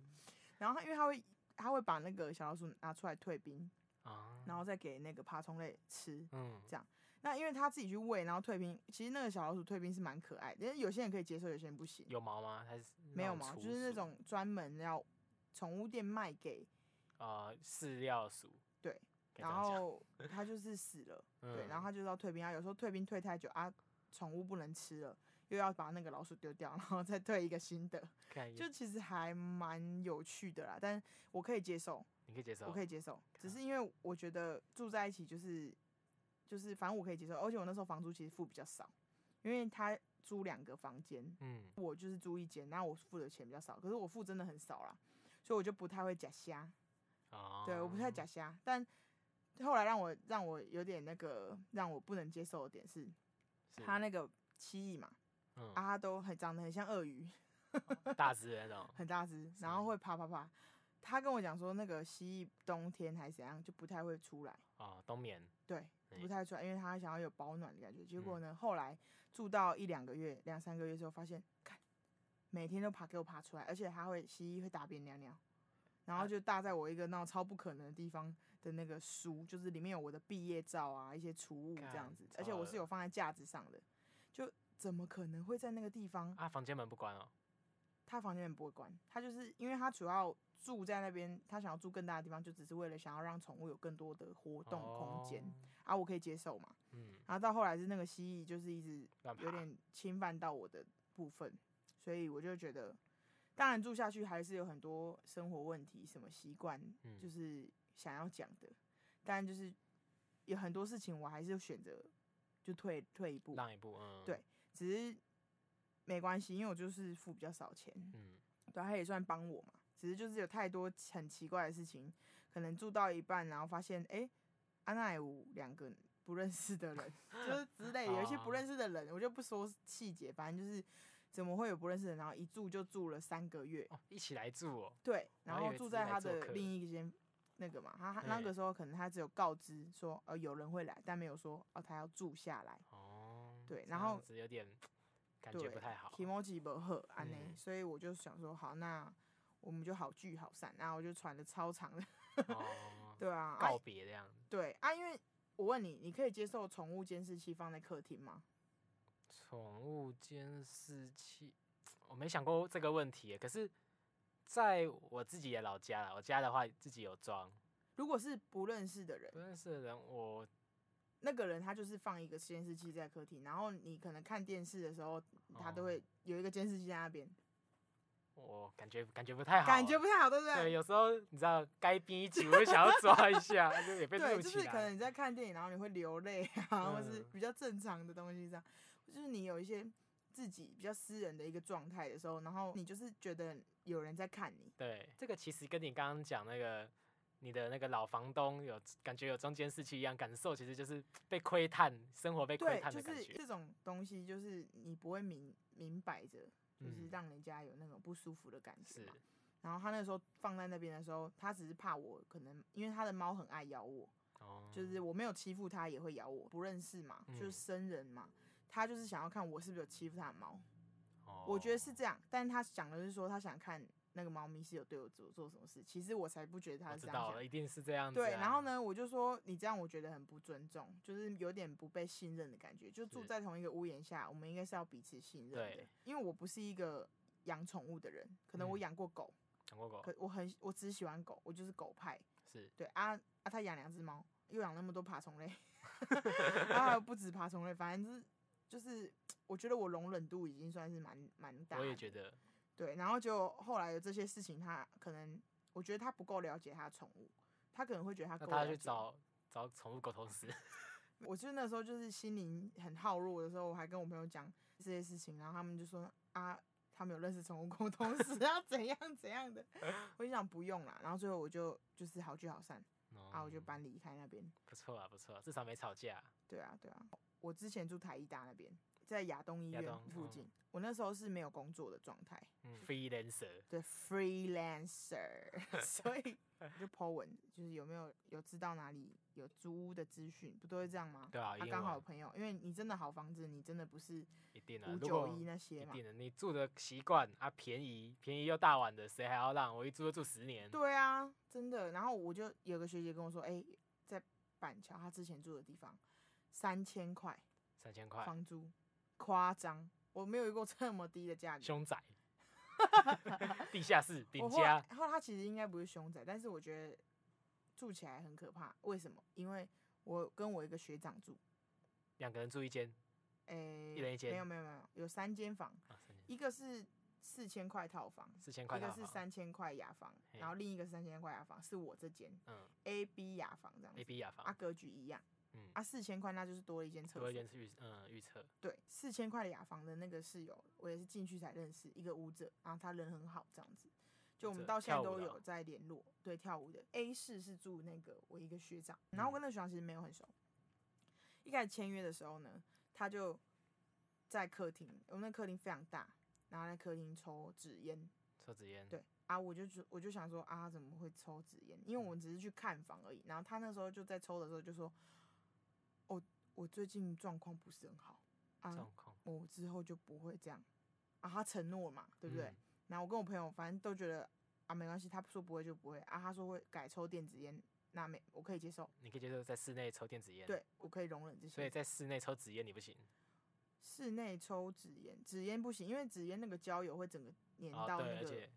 Speaker 1: 然后因为他会，他会把那个小老鼠拿出来退冰，
Speaker 2: 啊，
Speaker 1: 然后再给那个爬虫类吃。
Speaker 2: 嗯，
Speaker 1: 那因为他自己去喂，然后退冰，其实那个小老鼠退冰是蛮可爱的，但是有些人可以接受，有些人不行。
Speaker 2: 有毛吗？还是
Speaker 1: 没有
Speaker 2: 嘛？
Speaker 1: 嘛，就是那种专门要宠物店卖给
Speaker 2: 哦呃饲料鼠，
Speaker 1: 对
Speaker 2: 可以这
Speaker 1: 然
Speaker 2: 样讲。
Speaker 1: 后他就是死了，对，
Speaker 2: 嗯
Speaker 1: 然后他就是要退兵，啊他有时候退兵退太久啊，宠物不能吃了，又要把那个老鼠丢掉，然后再退一个新 的，
Speaker 2: 看一
Speaker 1: 就其实还蛮有趣的啦，但我可以接受，
Speaker 2: 你可以接受，
Speaker 1: 我可以接受，只
Speaker 2: 好
Speaker 1: 是因为我觉得住在一起就是就是，反正我可以接受，而且我那时候房租其实付比较少，因为他租两个房间，
Speaker 2: 嗯，
Speaker 1: 我就是租一间，然后我付的钱比较少，可是我付真的很少啦，所以我就不太会假虾，
Speaker 2: 哦，
Speaker 1: 对，我不太假虾，但后来让我让我有点那个让我不能接受的点是，
Speaker 2: 是，
Speaker 1: 他那个蜥蜴嘛，
Speaker 2: 嗯
Speaker 1: 啊，它都很长得很像鳄鱼，
Speaker 2: 大哦只的那种，
Speaker 1: 很大只，然后会爬爬爬。他跟我讲说，那个蜥蜴冬天还是怎样，就不太会出来，
Speaker 2: 哦，冬眠，
Speaker 1: 对，
Speaker 2: 哎
Speaker 1: 不太出来，因为他想要有保暖的感觉。结
Speaker 2: 嗯
Speaker 1: 果呢，后来住到一两个月、两三个月之后，发现，看，每天都爬给我爬出来，而且它会蜥蜴会大便尿尿，然后
Speaker 2: 啊
Speaker 1: 就搭在我一个那种超不可能的地方的那个书，就是里面有我的毕业照啊，一些储物这样
Speaker 2: 干
Speaker 1: 子，
Speaker 2: 超
Speaker 1: 而且我
Speaker 2: 恶
Speaker 1: 是有放在架子上的，就怎么可能会在那个地方？
Speaker 2: 啊，房间门不关哦，
Speaker 1: 他房间门不会关，他就是因为他主要住在那边，他想要住更大的地方，就只是为了想要让宠物有更多的活动空间、
Speaker 2: 哦，
Speaker 1: 啊，我可以接受嘛。
Speaker 2: 嗯，
Speaker 1: 然后到后来是那个蜥蜴，就是一直
Speaker 2: 乱爬
Speaker 1: 有点侵犯到我的部分，所以我就觉得，当然住下去还是有很多生活问题、什么习惯，
Speaker 2: 嗯
Speaker 1: 就是想要讲的，但就是有很多事情我还是选择就退退一步，
Speaker 2: 让一步，嗯，
Speaker 1: 对只是没关系，因为我就是付比较少钱，
Speaker 2: 嗯，
Speaker 1: 对，他也算帮我嘛。只是就是有太多很奇怪的事情，可能住到一半，然后发现哎，诶安奈五两个不认识的人， 就是之类的，有一些不认识的人，我就不说细节，反正就是怎么会有不认识的人，然后一住就住了三个月，
Speaker 2: 哦，一起来住哦，
Speaker 1: 对，
Speaker 2: 我
Speaker 1: 然
Speaker 2: 还以
Speaker 1: 后
Speaker 2: 为
Speaker 1: 住
Speaker 2: 只是
Speaker 1: 在
Speaker 2: 来
Speaker 1: 他
Speaker 2: 做
Speaker 1: 的
Speaker 2: 客
Speaker 1: 另一间那个嘛，他他那
Speaker 2: 哎
Speaker 1: 个时候可能他只有告知说呃有人会来，但没有说哦他要住下来，
Speaker 2: 哦，
Speaker 1: 对
Speaker 2: 这
Speaker 1: 然
Speaker 2: 样
Speaker 1: 后
Speaker 2: 子有点感
Speaker 1: 对
Speaker 2: 觉不太好，
Speaker 1: ，emoji 不合安内，
Speaker 2: 嗯
Speaker 1: 所以我就想说好，那我们就好聚好散，然后我就传了超长的，
Speaker 2: 哦，
Speaker 1: 对啊，啊
Speaker 2: 告别这样，
Speaker 1: 对啊，因为我问你，你可以接受宠物监视器放在客厅吗？
Speaker 2: 宠物监视器，我没想过这个问题耶。可是，在我自己的老家啦，我家的话自己有装，
Speaker 1: 如果是不认识的人
Speaker 2: 不，认识的人我
Speaker 1: 那个人他就是放一个监视器在客厅，然后你可能看电视的时候，他都
Speaker 2: 哦
Speaker 1: 会有一个监视器在那边，
Speaker 2: 我感觉感觉不太好，
Speaker 1: 感觉不太好，对不
Speaker 2: 对。
Speaker 1: 对？
Speaker 2: 有时候你知道该逼一集，我就想要抓一下，就也被录
Speaker 1: 对，就
Speaker 2: 起
Speaker 1: 是可
Speaker 2: 来。
Speaker 1: 能你在看电影，然后你会流泪啊，或是
Speaker 2: 嗯
Speaker 1: 比较正常的东西这样，就是你有一些自己比较私人的一个状态的时候，然后你就是觉得有人在看你，
Speaker 2: 对，这个其实跟你刚刚讲那个。你的那个老房东有感觉有装监视器一样，感受其实就是被窥探，生活被窥
Speaker 1: 对，
Speaker 2: 探
Speaker 1: 就
Speaker 2: 的感
Speaker 1: 是
Speaker 2: 觉。
Speaker 1: 这种东西，就是你不会明明摆着，就是
Speaker 2: 嗯
Speaker 1: 让人家有那种不舒服的感觉
Speaker 2: 是
Speaker 1: 嘛。然后他那时候放在那边的时候，他只是怕我可能因为他的猫很爱咬我，
Speaker 2: 哦，
Speaker 1: 就是我没有欺负它也会咬我，不认识嘛，就是
Speaker 2: 嗯
Speaker 1: 生人嘛。他就是想要看我是不是有欺负他的猫，我觉得是
Speaker 2: 哦
Speaker 1: 这样。但他讲的是说他想看那个猫咪是有对我做做什么事，其实我才不觉得他
Speaker 2: 我
Speaker 1: 是
Speaker 2: 知
Speaker 1: 这样
Speaker 2: 道
Speaker 1: 想
Speaker 2: 了，。一定是这样子、啊。
Speaker 1: 对，然后呢，我就说你这样我觉得很不尊重，就是有点不被信任的感觉。就住
Speaker 2: 是
Speaker 1: 在同一个屋檐下，我们应该是要彼此信任的
Speaker 2: 对。
Speaker 1: 因为我不是一个养宠物的人，可能我
Speaker 2: 嗯哦
Speaker 1: 养过狗，
Speaker 2: 养过狗
Speaker 1: 可我很我只喜欢狗，我就是狗派。
Speaker 2: 是
Speaker 1: 对啊啊，他养两只猫，又养那么多爬虫类， 啊不止爬虫类，反正就是就是，我觉得我容忍度已经算是蛮蛮大的。
Speaker 2: 我也觉得，
Speaker 1: 对，然后就后来有这些事情，他可能我觉得他不够了解他的宠物，他可能会觉得他
Speaker 2: 那
Speaker 1: 够
Speaker 2: 他
Speaker 1: 了
Speaker 2: 去
Speaker 1: 解。
Speaker 2: 找找宠物沟通师，
Speaker 1: 我就那时候就是心灵很耗弱的时候，我还跟我朋友讲这些事情，然后他们就说啊，他们有认识宠物沟通师 啊，怎样怎样的，我就想不用啦，然后最后我就就是好聚好散 啊，我就
Speaker 2: 嗯
Speaker 1: 搬离开那边。
Speaker 2: 不错啊，不错啊，至少没吵架。
Speaker 1: 对啊，对啊，我之前住台医大那边，在亚东医
Speaker 2: 亚
Speaker 1: 院
Speaker 2: 东
Speaker 1: 附
Speaker 2: 嗯
Speaker 1: 近，我那时候是没有工作的状态，
Speaker 2: 嗯，freelancer
Speaker 1: 对 freelancer，所 以我就 po 文，就是有没有有知道哪里有租屋的资讯，不都会这样吗？
Speaker 2: 对啊，
Speaker 1: 啊，
Speaker 2: 英
Speaker 1: 刚好有
Speaker 2: 文
Speaker 1: 朋友，因为你真的好房子，你真的不是
Speaker 2: 一定啊，
Speaker 1: 五
Speaker 2: 如
Speaker 1: 九
Speaker 2: 果
Speaker 1: 一那
Speaker 2: 一
Speaker 1: 些嘛。
Speaker 2: 定的，你住的习惯啊，便宜便宜又大碗的，谁还要让我一住就住十年？
Speaker 1: 对啊，真的。然后我就有个学姐跟我说，哎、在板桥她之前住的地方，三千块
Speaker 2: 三千块，
Speaker 1: 房租，夸张，我没有遇过 这么低的价格。
Speaker 2: 凶宅，地下室
Speaker 1: 我
Speaker 2: 顶
Speaker 1: 后来
Speaker 2: 家，
Speaker 1: 后来他其实应该不是凶宅，但是我觉得住起来很可怕。为什么？因为我跟我一个学长住，
Speaker 2: 两个人住一间
Speaker 1: 诶、
Speaker 2: 一人一间
Speaker 1: 没有没有没有，有三间房，
Speaker 2: 啊，三间
Speaker 1: 一个是四千块套房，
Speaker 2: 四千块
Speaker 1: 一个
Speaker 2: 到
Speaker 1: 是
Speaker 2: 好
Speaker 1: 三千块雅房，
Speaker 2: 嘿
Speaker 1: 然后另一个是三千块雅房，是我这间
Speaker 2: 嗯
Speaker 1: A B 雅房这样
Speaker 2: ，A
Speaker 1: 子，
Speaker 2: B 雅
Speaker 1: 啊
Speaker 2: 房，
Speaker 1: 格局一样，
Speaker 2: 嗯，
Speaker 1: 啊四千块那就是多了一间厕
Speaker 2: 多
Speaker 1: 所
Speaker 2: 一，间是预嗯预测，
Speaker 1: 对，四千块的雅房的那个室友，我也是进去才认识一个舞者，然后他人很好，这样子。就我们
Speaker 2: 舞者
Speaker 1: 到现在
Speaker 2: 跳舞
Speaker 1: 都
Speaker 2: 的
Speaker 1: 有
Speaker 2: 哦
Speaker 1: 在联络，对跳舞的 A 室是住那个我一个学长，
Speaker 2: 嗯
Speaker 1: 然后我跟那个学长其实没有很熟。一开始签约的时候呢，他就在客厅，我们那客厅非常大，然后在客厅抽纸烟，
Speaker 2: 抽纸烟，
Speaker 1: 对啊，我就觉我就想说啊，他怎么会抽纸烟？因为
Speaker 2: 嗯
Speaker 1: 我们只是去看房而已。然后他那时候就在抽的时候就说：“哦，我最近状况不是很好啊，
Speaker 2: 状况，
Speaker 1: 我之后就不会这样。”啊，他承诺嘛，对不对？
Speaker 2: 嗯？
Speaker 1: 然后我跟我朋友反正都觉得啊，没关系，他说不会就不会啊，他说会改抽电子烟，那没我可以接受，
Speaker 2: 你可以接受在室内抽电子烟，，
Speaker 1: 对我可以容忍这些。
Speaker 2: 所以在室内抽纸烟你不行，
Speaker 1: 室内抽纸烟，纸烟不行，因为纸烟那个焦油会整个粘
Speaker 2: 哦
Speaker 1: 到
Speaker 2: 对，
Speaker 1: 那
Speaker 2: 而
Speaker 1: 个
Speaker 2: 且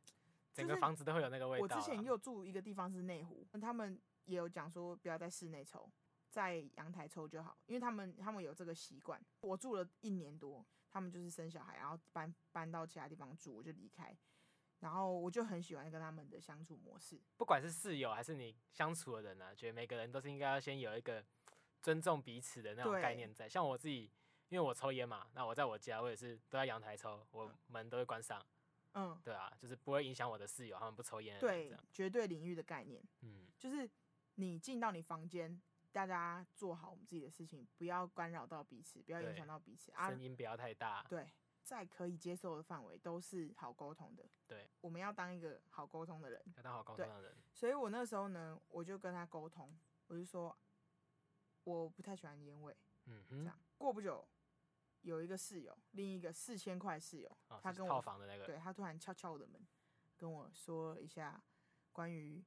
Speaker 2: 整
Speaker 1: 就
Speaker 2: 个
Speaker 1: 是
Speaker 2: 房子都会有那个味
Speaker 1: 我
Speaker 2: 道
Speaker 1: 之
Speaker 2: 啦。
Speaker 1: 前也有住一个地方是内湖，他们也有讲说不要在室内抽，在阳台抽就好，因为他们他们有这个习惯。我住了一年多，他们就是生小孩，然后搬搬到其他地方住，我就离开。然后我就很喜欢跟他们的相处模式，
Speaker 2: 不管是室友还是你相处的人呢、啊，觉得每个人都是应该要先有一个尊重彼此的那种概
Speaker 1: 对
Speaker 2: 念在。像我自己，因为我抽烟嘛，那我在我家我也是都在阳台抽，我门都会关上，
Speaker 1: 嗯，
Speaker 2: 对啊，就是不会影响我的室友，他们不抽烟的人这
Speaker 1: 对
Speaker 2: 样，，
Speaker 1: 绝对领域的概念，
Speaker 2: 嗯，
Speaker 1: 就是你进到你房间，大家做好我们自己的事情，不要干扰到彼此，不要影
Speaker 2: 对
Speaker 1: 响到彼此啊。
Speaker 2: 声音不要太大，
Speaker 1: 对，在可以接受的范围都是好沟通的。
Speaker 2: 对，
Speaker 1: 我们要当一个好沟通的人。
Speaker 2: 要当好沟通
Speaker 1: 对
Speaker 2: 的人，
Speaker 1: 所以我那时候呢，我就跟他沟通，我就说我不太喜欢烟味，
Speaker 2: 嗯
Speaker 1: 这
Speaker 2: 哼
Speaker 1: 样。，过不久，有一个室友，另一个四千块室友，
Speaker 2: 哦
Speaker 1: 他
Speaker 2: 是
Speaker 1: 跟
Speaker 2: 套
Speaker 1: 我
Speaker 2: 房的那个，
Speaker 1: 对他突然敲敲我的门，跟我说一下关于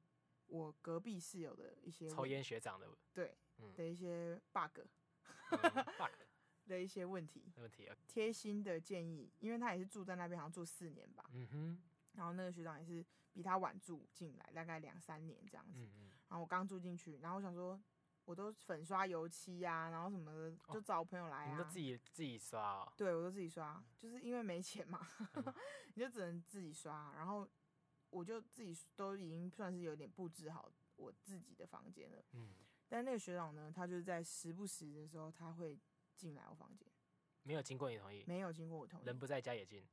Speaker 1: 我隔壁室友的一些
Speaker 2: 抽
Speaker 1: 问
Speaker 2: 烟学 长的，
Speaker 1: 对
Speaker 2: 嗯
Speaker 1: 的一些 bug
Speaker 2: 嗯 bug
Speaker 1: 的一些问题，
Speaker 2: 没问题，啊
Speaker 1: 贴心的建议，因为他也是住在那边，好像住四年吧，
Speaker 2: 嗯哼，
Speaker 1: 然后那个学长也是比他晚住进来，大概两三年这样子。
Speaker 2: 嗯嗯，
Speaker 1: 然后我刚住进去，然后我想说，我都粉刷油漆呀、然后什么的，就找我朋友来
Speaker 2: 哦你
Speaker 1: 啊。
Speaker 2: 们都自己自己刷哦，
Speaker 1: 对我都自己刷，就是因为没钱嘛，
Speaker 2: 嗯
Speaker 1: 你就只能自己刷。然后我就自己都已经算是有点布置好我自己的房间了。
Speaker 2: 嗯，
Speaker 1: 但那个学长呢，他就是在时不时的时候，他会进来我房间，
Speaker 2: 没有经过你同意，
Speaker 1: 没有经过我同意。
Speaker 2: 人不在家也进，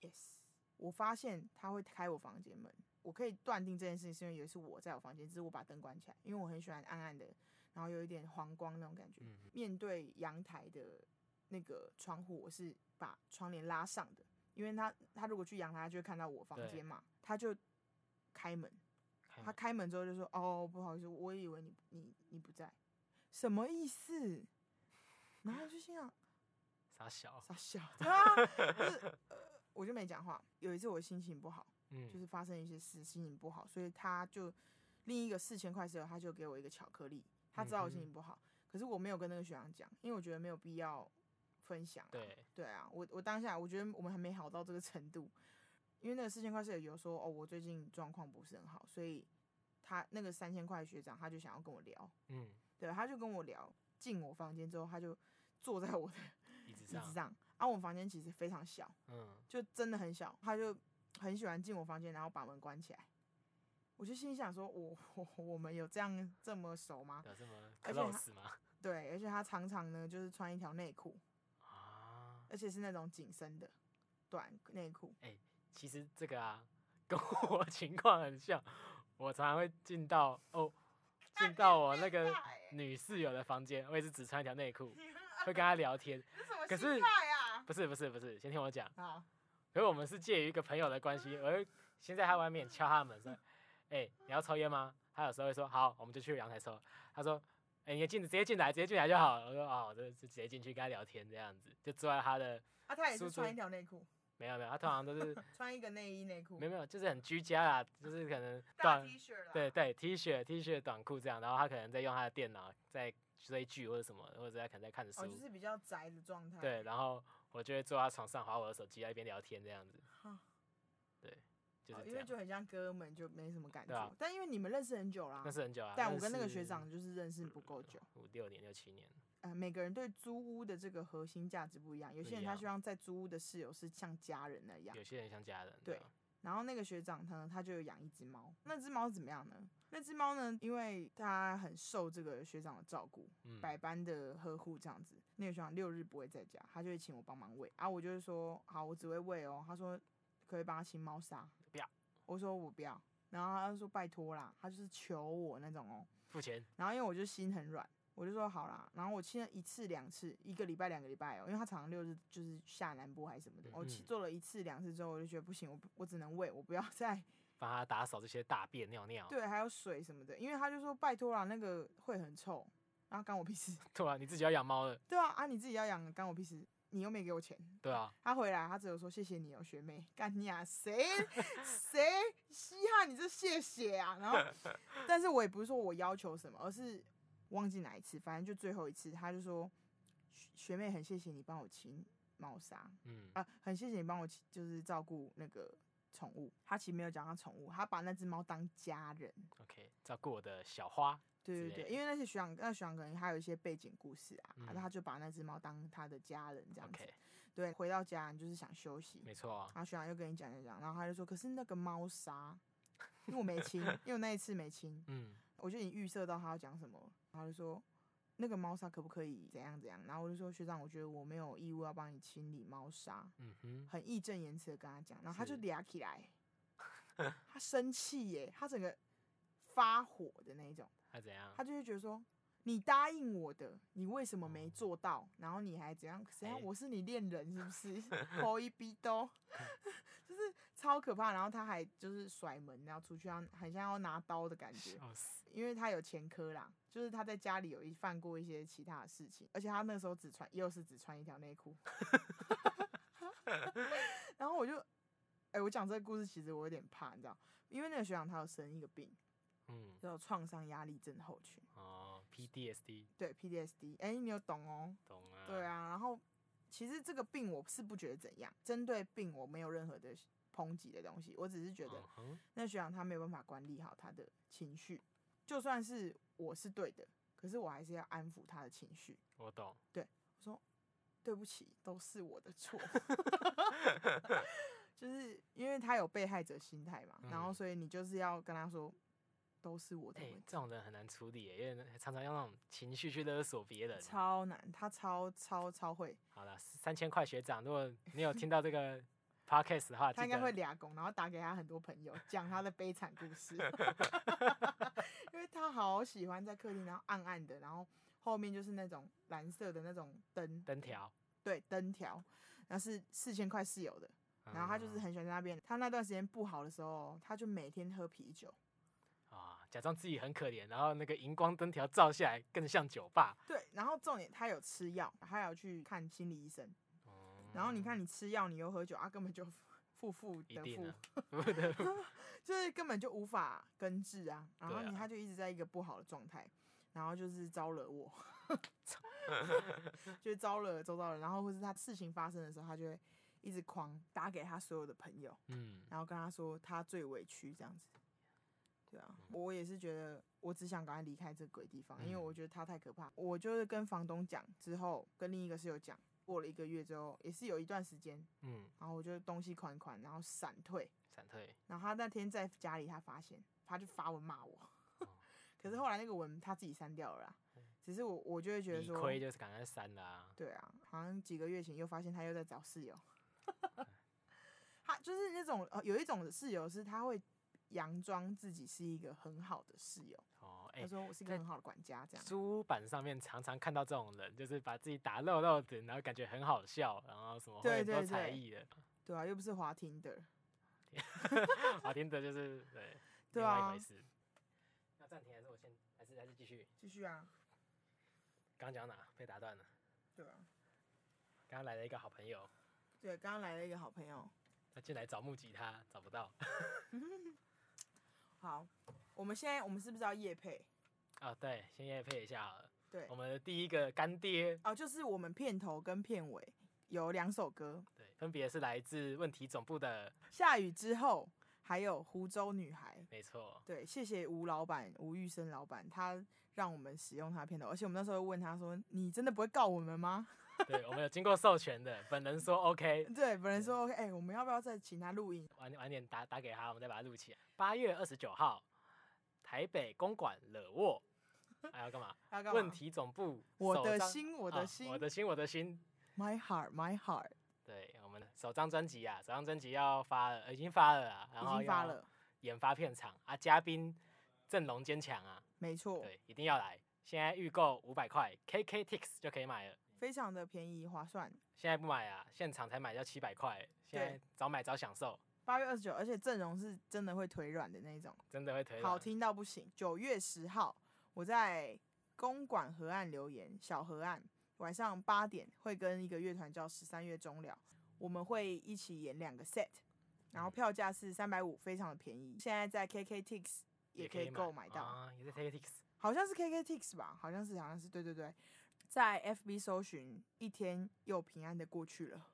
Speaker 1: Yes，我发现他会开我房间门，我可以断定这件事情是因为有一次我在我房间，只是我把灯关起来，因为我很喜欢暗暗的，然后有一点黄光那种感觉。
Speaker 2: 嗯嗯
Speaker 1: 面对阳台的那个窗户，我是把窗帘拉上的，因为他他如果去阳台，他就会看到我房
Speaker 2: 对
Speaker 1: 间嘛，他就开门，
Speaker 2: 开
Speaker 1: 他
Speaker 2: 门
Speaker 1: 开门之后就说：“哦，不好意思，我以为你你你不在，什么意思？”然后我就心
Speaker 2: 哦
Speaker 1: 想，
Speaker 2: 傻小，
Speaker 1: 傻 笑，对啊， 就是呃，我就没讲话。有一次我心情不好，
Speaker 2: 嗯，
Speaker 1: 就是发生一些事，心情不好，所以他就另一个四千块室友，他就给我一个巧克力，他知道我心情不好，可是我没有跟那个学长讲，因为我觉得没有必要分享、啊。
Speaker 2: 对。
Speaker 1: 对啊，我我当下我觉得我们还没好到这个程度，因为那个四千块室友有说哦，我最近状况不是很好，所以他那个三千块学长他就想要跟我聊，
Speaker 2: 嗯，
Speaker 1: 对，他就跟我聊，进我房间之后他就坐在我的
Speaker 2: 椅子
Speaker 1: 椅
Speaker 2: 上，
Speaker 1: 子上。啊，我房间其实非常小，
Speaker 2: 嗯，
Speaker 1: 就真的很小，他就很喜欢进我房间，然后把门关起来。我就心想说，我我我们有这样这么熟吗？
Speaker 2: 有这么
Speaker 1: 而且它
Speaker 2: close 吗？
Speaker 1: 对，而且他常常呢就是穿一条内裤，
Speaker 2: 啊，
Speaker 1: 而且是那种紧身的短内裤。
Speaker 2: 其实这个啊，跟我情况很像，我常常会进到哦，进到我那个
Speaker 1: 欸
Speaker 2: 女室友的房间，我也是只穿一条内裤，会跟她聊天。
Speaker 1: 这什么
Speaker 2: 可是
Speaker 1: 态
Speaker 2: 不是不是不是，先听我讲。
Speaker 1: 啊？啊，
Speaker 2: 可是我们是介于一个朋友的关系，我会先在他外面敲他的门说：“哎、你要抽烟吗？”他有时候会说：“好，我们就去阳台抽。”他说：“哎、你进直接进来，直接进来就好了。”我说：“哦，我就就直接进去跟他聊天这样子，就坐在他的
Speaker 1: 啊，他也
Speaker 2: 苏
Speaker 1: 是
Speaker 2: 州
Speaker 1: 穿一条内裤，
Speaker 2: 没有没有，他通常都是
Speaker 1: 穿一个内衣内裤
Speaker 2: 没，有没有，就是很居家啦，就是可能
Speaker 1: 大
Speaker 2: 短
Speaker 1: T 恤啊啦，
Speaker 2: 对对 T 恤 T 恤短裤这样，然后他可能在用他的电脑在追剧或者什么，或者在可能在看书，
Speaker 1: 哦，就是比较宅的状态。
Speaker 2: 对，然后我就会坐他床上划我的手机，在一边聊天这样子。
Speaker 1: 哈，
Speaker 2: 对就是
Speaker 1: 哦因为
Speaker 2: 这样。
Speaker 1: 就很像哥们，就没什么感
Speaker 2: 对啊
Speaker 1: 觉。但因为你们认识很久啦
Speaker 2: 那，是很久啊，
Speaker 1: 但
Speaker 2: 认
Speaker 1: 我跟那个学
Speaker 2: 识
Speaker 1: 长就是认识不够久。
Speaker 2: 五六年、六七年，
Speaker 1: 呃，每个人对租屋的这个核心价值不一样，有
Speaker 2: 不
Speaker 1: 些
Speaker 2: 一
Speaker 1: 人他
Speaker 2: 样
Speaker 1: 希望在租屋的室友是像家人那样
Speaker 2: 有。些人像家人。
Speaker 1: 对
Speaker 2: 啊
Speaker 1: 然后那个学长他呢，他就有养一只猫，那只猫怎么样呢？那只猫呢，因为它很受这个学长的照顾，
Speaker 2: 嗯，
Speaker 1: 百般的呵护这样子。那个学长六日不会在家，他就会请我帮忙喂啊，我就是说好，我只会喂哦。他说可不可以帮他清猫砂，
Speaker 2: 不要。
Speaker 1: 我说我不要，然后他就说拜托啦，他就是求我那种哦。
Speaker 2: 付钱，
Speaker 1: 然后因为我就心很软，我就说好啦。然后我亲了一次两次，一个礼拜两个礼拜哦，因为他常常六日就是下南部还是什么的。我亲
Speaker 2: 嗯
Speaker 1: 做了一次两次之后，我就觉得不行，我不我只能喂，我不要再
Speaker 2: 帮他打扫这些大便、尿尿。
Speaker 1: 对，还有水什么的，因为他就说拜托啦，那个会很臭，然后干我屁事。
Speaker 2: 对啊，你自己要养猫了，
Speaker 1: 对啊，啊你自己要养，干我屁事。你又没给我钱，
Speaker 2: 对啊，
Speaker 1: 他回来他只有说谢谢你哦，学妹，干你啊，谁谁稀罕你这谢谢啊？ 然后，但是我也不是说我要求什么，而是忘记哪一次，反正就最后一次，他就说学学妹很谢谢你帮我清猫砂
Speaker 2: 嗯，
Speaker 1: 啊，很谢谢你帮我清就是照顾那个宠物。他其实没有讲他宠物，他把那只猫当家人。
Speaker 2: OK，照顾我的小花，
Speaker 1: 对
Speaker 2: 之
Speaker 1: 对
Speaker 2: 类
Speaker 1: 对，因为那些学长，那学长可能还有一些背景故事啊，那、
Speaker 2: 嗯
Speaker 1: 他就把那只猫当他的家人这样子。
Speaker 2: OK，
Speaker 1: 对，回到家你就是想休息，
Speaker 2: 没错啊，
Speaker 1: 然后学长又跟你讲讲讲，然后他就说，可是那个猫砂，因为我没清，因为我那一次没清，
Speaker 2: 嗯，
Speaker 1: 我就已经预设到他要讲什么了，然后他就说那个猫砂可不可以怎样怎样，然后我就说学长，我觉得我没有义务要帮你清理猫砂，
Speaker 2: 嗯哼，
Speaker 1: 很义正言辞的跟他讲，然后他就是嗲起来， 他生气耶，他整个发火的那一种。
Speaker 2: 他怎样？
Speaker 1: 他就会觉得说，你答应我的，你为什么没做到？然后你还怎样怎样？
Speaker 2: 哎
Speaker 1: 我是你恋人是不是？扣一逼兜， 就是超可怕。然后他还就是甩门，然后出去要很像要拿刀的感觉，
Speaker 2: 笑死，
Speaker 1: 因为他有前科啦，就是他在家里有一犯过一些其他的事情，而且他那时候只穿又是只穿一条内裤。然后我就，哎、我讲这个故事其实我有点怕，你知道，因为那个学长他有生一个病，
Speaker 2: 嗯，
Speaker 1: 叫创伤压力症候群。
Speaker 2: 哦，PDSD，
Speaker 1: 对 PTSD，哎、你有懂哦？
Speaker 2: 懂啊，
Speaker 1: 对，啊，然后其实这个病我是不觉得怎样，针对病我没有任何的抨击的东西，我只是觉得
Speaker 2: 嗯哼，
Speaker 1: 那学长他没有办法管理好他的情绪，就算是我是对的，可是我还是要安抚他的情绪。
Speaker 2: 我懂，
Speaker 1: 对不起，都是我的 错，就是因为他有被害者心态嘛，然后
Speaker 2: 嗯
Speaker 1: 所以你就是要跟他说都是我的
Speaker 2: 哎、
Speaker 1: 问题，
Speaker 2: 这种人很难处理耶，因为常常用那种情绪去勒索别人。
Speaker 1: 超难，他超超超会，
Speaker 2: 好了，三千块学长，如果你有听到这个 podcast 的话，
Speaker 1: 他
Speaker 2: 啊
Speaker 1: 应
Speaker 2: 记
Speaker 1: 该
Speaker 2: 得
Speaker 1: 会俩拱，然后打给他很多朋 友，讲他的悲惨故事，因为他好喜欢在客厅，然后暗暗的，然后后面就是那种蓝色的那种灯，
Speaker 2: 灯条，
Speaker 1: 对，灯条，然后是四千块室友的，然后他就是
Speaker 2: 嗯
Speaker 1: 很喜欢在那边，他那段时间不好的时候，他就每天喝啤酒，
Speaker 2: 啊、假装自己很可怜，然后那个荧光灯条照下来更像酒吧。
Speaker 1: 对，然后重点他有吃药，他有去看心理医生，
Speaker 2: 嗯
Speaker 1: 然后你看你吃药，你又喝酒，啊，根本就负负
Speaker 2: 一
Speaker 1: 得
Speaker 2: 定
Speaker 1: 负
Speaker 2: 啊。不得不
Speaker 1: 就是根本就无法根治啊。然后
Speaker 2: 对啊
Speaker 1: 你他就一直在一个不好的状态，然后就是招惹我， 就是招惹周遭人，然后或是他事情发生的时候，他就会一直狂打给他所有的朋友，
Speaker 2: 嗯，
Speaker 1: 然后跟他说他最委屈这样子。对啊，我也是觉得，我只想赶快离开这个鬼地方，因为
Speaker 2: 嗯
Speaker 1: 我觉得他太可怕。我就是跟房东讲之后，跟另一个室友讲，过了一个月之后，也是有一段时间，
Speaker 2: 嗯，
Speaker 1: 然后我就东西款款，然后闪退，
Speaker 2: 闪退，
Speaker 1: 然后他那天在家里，他发现，他就发文骂我。
Speaker 2: 哦
Speaker 1: 可是后来那个文他自己删掉了啦，只是我我就会觉得
Speaker 2: 理
Speaker 1: 说，
Speaker 2: 亏就是赶快删啦、啊。
Speaker 1: 对啊，好像几个月前又发现他又在找室友。 他就是那种呃，有一种室友是他会佯装自己是一个很好的室友，
Speaker 2: 哦，哎、
Speaker 1: 他说我是一个
Speaker 2: 在
Speaker 1: 很好的管家这样。
Speaker 2: 书版上面常常看到这种人，就是把自己打漏漏的，然后感觉很好笑，然后什么会
Speaker 1: 对
Speaker 2: 很多
Speaker 1: 对
Speaker 2: 才
Speaker 1: 对
Speaker 2: 艺的，
Speaker 1: 对啊，又不是滑听的。
Speaker 2: 好听的就是对，
Speaker 1: 对
Speaker 2: 另外
Speaker 1: 啊
Speaker 2: 一回事。要暂停还是我先，还是还是继续？
Speaker 1: 继续啊，
Speaker 2: 刚讲哪被打断了？
Speaker 1: 对啊，
Speaker 2: 刚刚来了一个好朋友，
Speaker 1: 对，刚刚来了一个好朋友。
Speaker 2: 他进来找木吉他，找不到
Speaker 1: 好，我们现在我们是不是要夜配？
Speaker 2: 啊。对，先夜配一下好了。
Speaker 1: 对
Speaker 2: 我，们的第一个干爹，
Speaker 1: 哦，就是我们片头跟片尾有两首歌，
Speaker 2: 对，分别是来自问题总部的
Speaker 1: 下雨之后还有湖州女孩。
Speaker 2: 没错，
Speaker 1: 对，谢谢吴老板，吴玉生老板，他让我们使用他的片头，而且我们那时候问他说：“你真的不会告我们吗
Speaker 2: 对我们有经过授权的，本人说 OK，？”
Speaker 1: 对，本人说：“OK，哎、我们要不要再请他录音
Speaker 2: 晚晚点打打给他，我们再把它录起来。八月二十九号，台北公馆惹沃，还要干嘛？？”
Speaker 1: 他 干嘛
Speaker 2: 问，题总部
Speaker 1: 我
Speaker 2: 首
Speaker 1: 的
Speaker 2: 张
Speaker 1: 心，我
Speaker 2: 啊
Speaker 1: 的心、
Speaker 2: 我的心，我的心。
Speaker 1: m y heart，My heart，
Speaker 2: 对我们的首张专辑啊，首张专辑要发了，呃已经发了啊，然
Speaker 1: 已
Speaker 2: 后
Speaker 1: 经发
Speaker 2: 要
Speaker 1: 了，
Speaker 2: 研发片场啊，嘉宾阵容坚强啊，
Speaker 1: 没错，
Speaker 2: 对，一定要来。现在预购五百块，KKTix 就可以买了。
Speaker 1: 非常的便宜划算。
Speaker 2: 现在不买啊，现场才买要七百块，现
Speaker 1: 对
Speaker 2: 在早买早享受，
Speaker 1: 八月二十九，而且阵容是真的会腿软的那一种，
Speaker 2: 真的会腿
Speaker 1: 好
Speaker 2: 软。
Speaker 1: 听到不行。九月十号，我在公馆河岸留言，小河岸晚上八点会跟一个乐团叫十三月中了，我们会一起演两个 set，然后
Speaker 2: 嗯
Speaker 1: 票价是三百五，非常的便宜。现在在 KKTix 也可以购买到，
Speaker 2: 啊，也在 KKTix。
Speaker 1: 好像是 KKTix 吧，好像是好像是对对对，在 FB 搜寻一天又平安的过去了，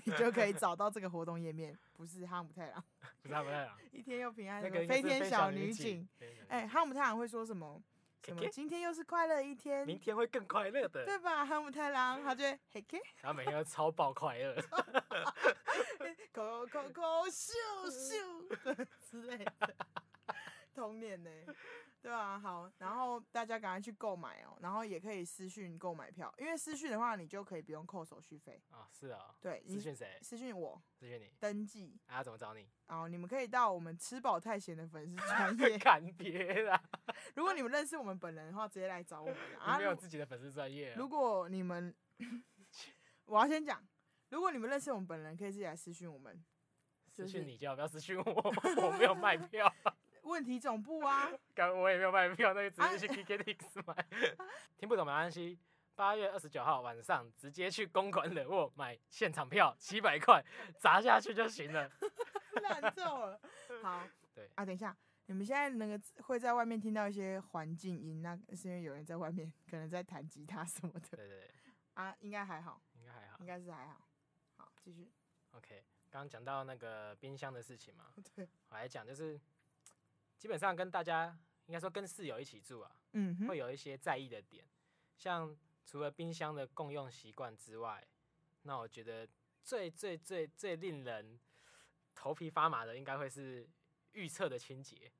Speaker 1: 你就可以找到这个活动页面，不是哈姆太郎。
Speaker 2: 不是他们在讲，
Speaker 1: 一天又平安，
Speaker 2: 那
Speaker 1: 什
Speaker 2: 个
Speaker 1: 么
Speaker 2: 应该
Speaker 1: 飞
Speaker 2: 是
Speaker 1: 天
Speaker 2: 小
Speaker 1: 女
Speaker 2: 警
Speaker 1: 警。。
Speaker 2: 对对对
Speaker 1: 哎、哈姆太郎会说什么？什么？
Speaker 2: 嘿嘿
Speaker 1: 今天又是快乐一天，
Speaker 2: 明天会更快乐的，
Speaker 1: 对吧？哈姆太郎，他就会嘿嘿，
Speaker 2: 然后每天都超爆快乐，
Speaker 1: 口口口 咻咻 之类的，童年呢、对啊，好，然后大家赶快去购买哦，然后也可以私讯购买票，因为私讯的话，你就可以不用扣手续费。
Speaker 2: 啊，是哦。
Speaker 1: 对，
Speaker 2: 私
Speaker 1: 你
Speaker 2: 讯谁？
Speaker 1: 私讯我
Speaker 2: 私讯你。
Speaker 1: 登记，
Speaker 2: 啊，怎么找你？
Speaker 1: 然后你们可以到我们吃饱太闲的粉丝专业，
Speaker 2: 看别啦，
Speaker 1: 如果你们认识我们本人的话，直接来找我们啊。
Speaker 2: 你没有
Speaker 1: 如
Speaker 2: 自己的粉丝专业啊。
Speaker 1: 如果你 们，我要先讲，如果你们认识我们本人，可以自己来私讯我们。
Speaker 2: 私
Speaker 1: 就是
Speaker 2: 讯你就好，不要私讯我，我没有卖票，
Speaker 1: 问题总部啊，
Speaker 2: 刚我也没有卖票，那
Speaker 1: 啊
Speaker 2: 个直接去 KKTix 买。 听不懂没关系，八月二十九号晚上直接去公馆冷沃买现场票，七百块砸下去就行了。
Speaker 1: 烂透了。好，
Speaker 2: 对
Speaker 1: 啊，等一下，你们现在那个会在外面听到一些环境音，那是因为有人在外面可能在弹吉他什么的
Speaker 2: 对对对，
Speaker 1: 啊，应该还好，
Speaker 2: 应该还好
Speaker 1: 应。该是还好。好，继续。
Speaker 2: OK，刚刚讲到那个冰箱的事情嘛，
Speaker 1: 对，
Speaker 2: 我来讲就是，基本上跟大家应该说跟室友一起住啊，
Speaker 1: 嗯哼
Speaker 2: 会，有一些在意的点，像除了冰箱的共用习惯之外，那我觉得最最最最令人头皮发麻的，应该会是预测的清洁。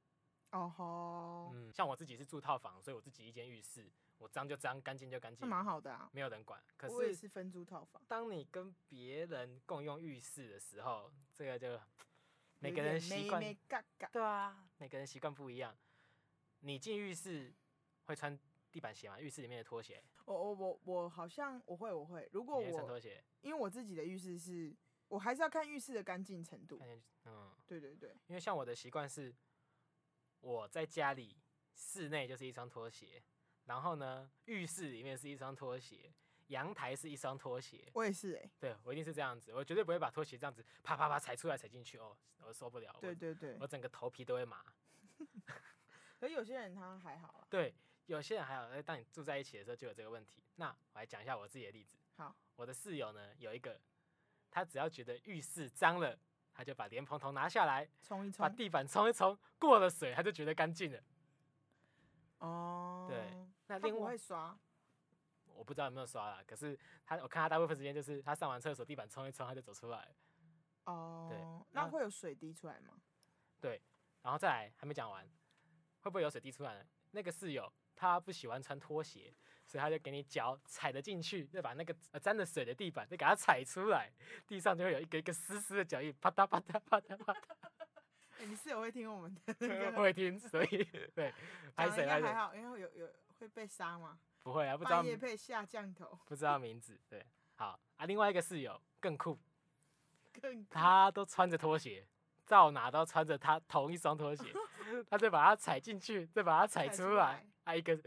Speaker 1: 哦吼，
Speaker 2: 嗯，像我自己是住套房，所以我自己一间浴室，我脏就脏，干净就干
Speaker 1: 那
Speaker 2: 净，
Speaker 1: 蛮好的啊。
Speaker 2: 没有人管。可
Speaker 1: 我也
Speaker 2: 是
Speaker 1: 是分租套房，
Speaker 2: 当你跟别人共用浴室的时候，这个就每
Speaker 1: 有
Speaker 2: 个
Speaker 1: 一点
Speaker 2: 人习
Speaker 1: 咩
Speaker 2: 惯，
Speaker 1: 咩嘎嘎
Speaker 2: 对啊，每个人习惯不一样。你进浴室会穿地板鞋吗？浴室里面的拖鞋，
Speaker 1: 我我我我好像我会我会，如果
Speaker 2: 你会穿拖
Speaker 1: 我
Speaker 2: 鞋，
Speaker 1: 因为我自己的浴室是，我还是要看浴室的干净程度
Speaker 2: 看。见嗯，
Speaker 1: 对对对，
Speaker 2: 因为像我的习惯是，我在家里室内就是一双拖鞋，然后呢，浴室里面是一双拖鞋，阳台是一双拖鞋。
Speaker 1: 我也是哎、
Speaker 2: 对我一定是这样子，我绝对不会把拖鞋这样子啪啪啪踩出来踩进去哦，我受不了，
Speaker 1: 对对对
Speaker 2: 我，我整个头皮都会麻。
Speaker 1: 可是有些人他还好啊啦。
Speaker 2: 对，有些人还有，呃当你住在一起的时候就有这个问题。那我来讲一下我自己的例子。
Speaker 1: 好，
Speaker 2: 我的室友呢有一个，他只要觉得浴室脏了，他就把莲蓬头拿下来，
Speaker 1: 冲一
Speaker 2: 把
Speaker 1: 冲
Speaker 2: 地板冲一冲，过了水他就觉得干净了。
Speaker 1: 哦，
Speaker 2: 对，那
Speaker 1: 他
Speaker 2: 另
Speaker 1: 不
Speaker 2: 外
Speaker 1: 会刷，
Speaker 2: 我不知道有没有刷啦，可是他我看他大部分时间就是他上完厕所地板冲一冲他就走出来，
Speaker 1: 哦，
Speaker 2: 那
Speaker 1: 那会有水滴出来吗？
Speaker 2: 然后再来还没讲完，会不会有水滴出来呢？那个室友他不喜欢穿拖鞋，所以他就给你脚踩得进去，再把那个呃沾了水的地板再给它踩出来，地上就会有一个一个湿湿的脚印，啪嗒啪嗒啪嗒啪嗒。
Speaker 1: 哎，你室友会听我 们的那
Speaker 2: 我
Speaker 1: 个，
Speaker 2: 会听，所以对，拍
Speaker 1: 讲的
Speaker 2: 谁
Speaker 1: 应
Speaker 2: 拍
Speaker 1: 该还
Speaker 2: 谁
Speaker 1: 好，因为有有会被杀吗？
Speaker 2: 不会啊，不知道
Speaker 1: 半夜被下降头
Speaker 2: 不知道名字，对，好啊，另外一个室友更酷，
Speaker 1: 更
Speaker 2: 他都穿着拖鞋，到哪都穿着他同一双 拖鞋，他再把它踩进去，再把它踩
Speaker 1: 踩
Speaker 2: 出
Speaker 1: 出
Speaker 2: 来
Speaker 1: 来，
Speaker 2: 啊，一个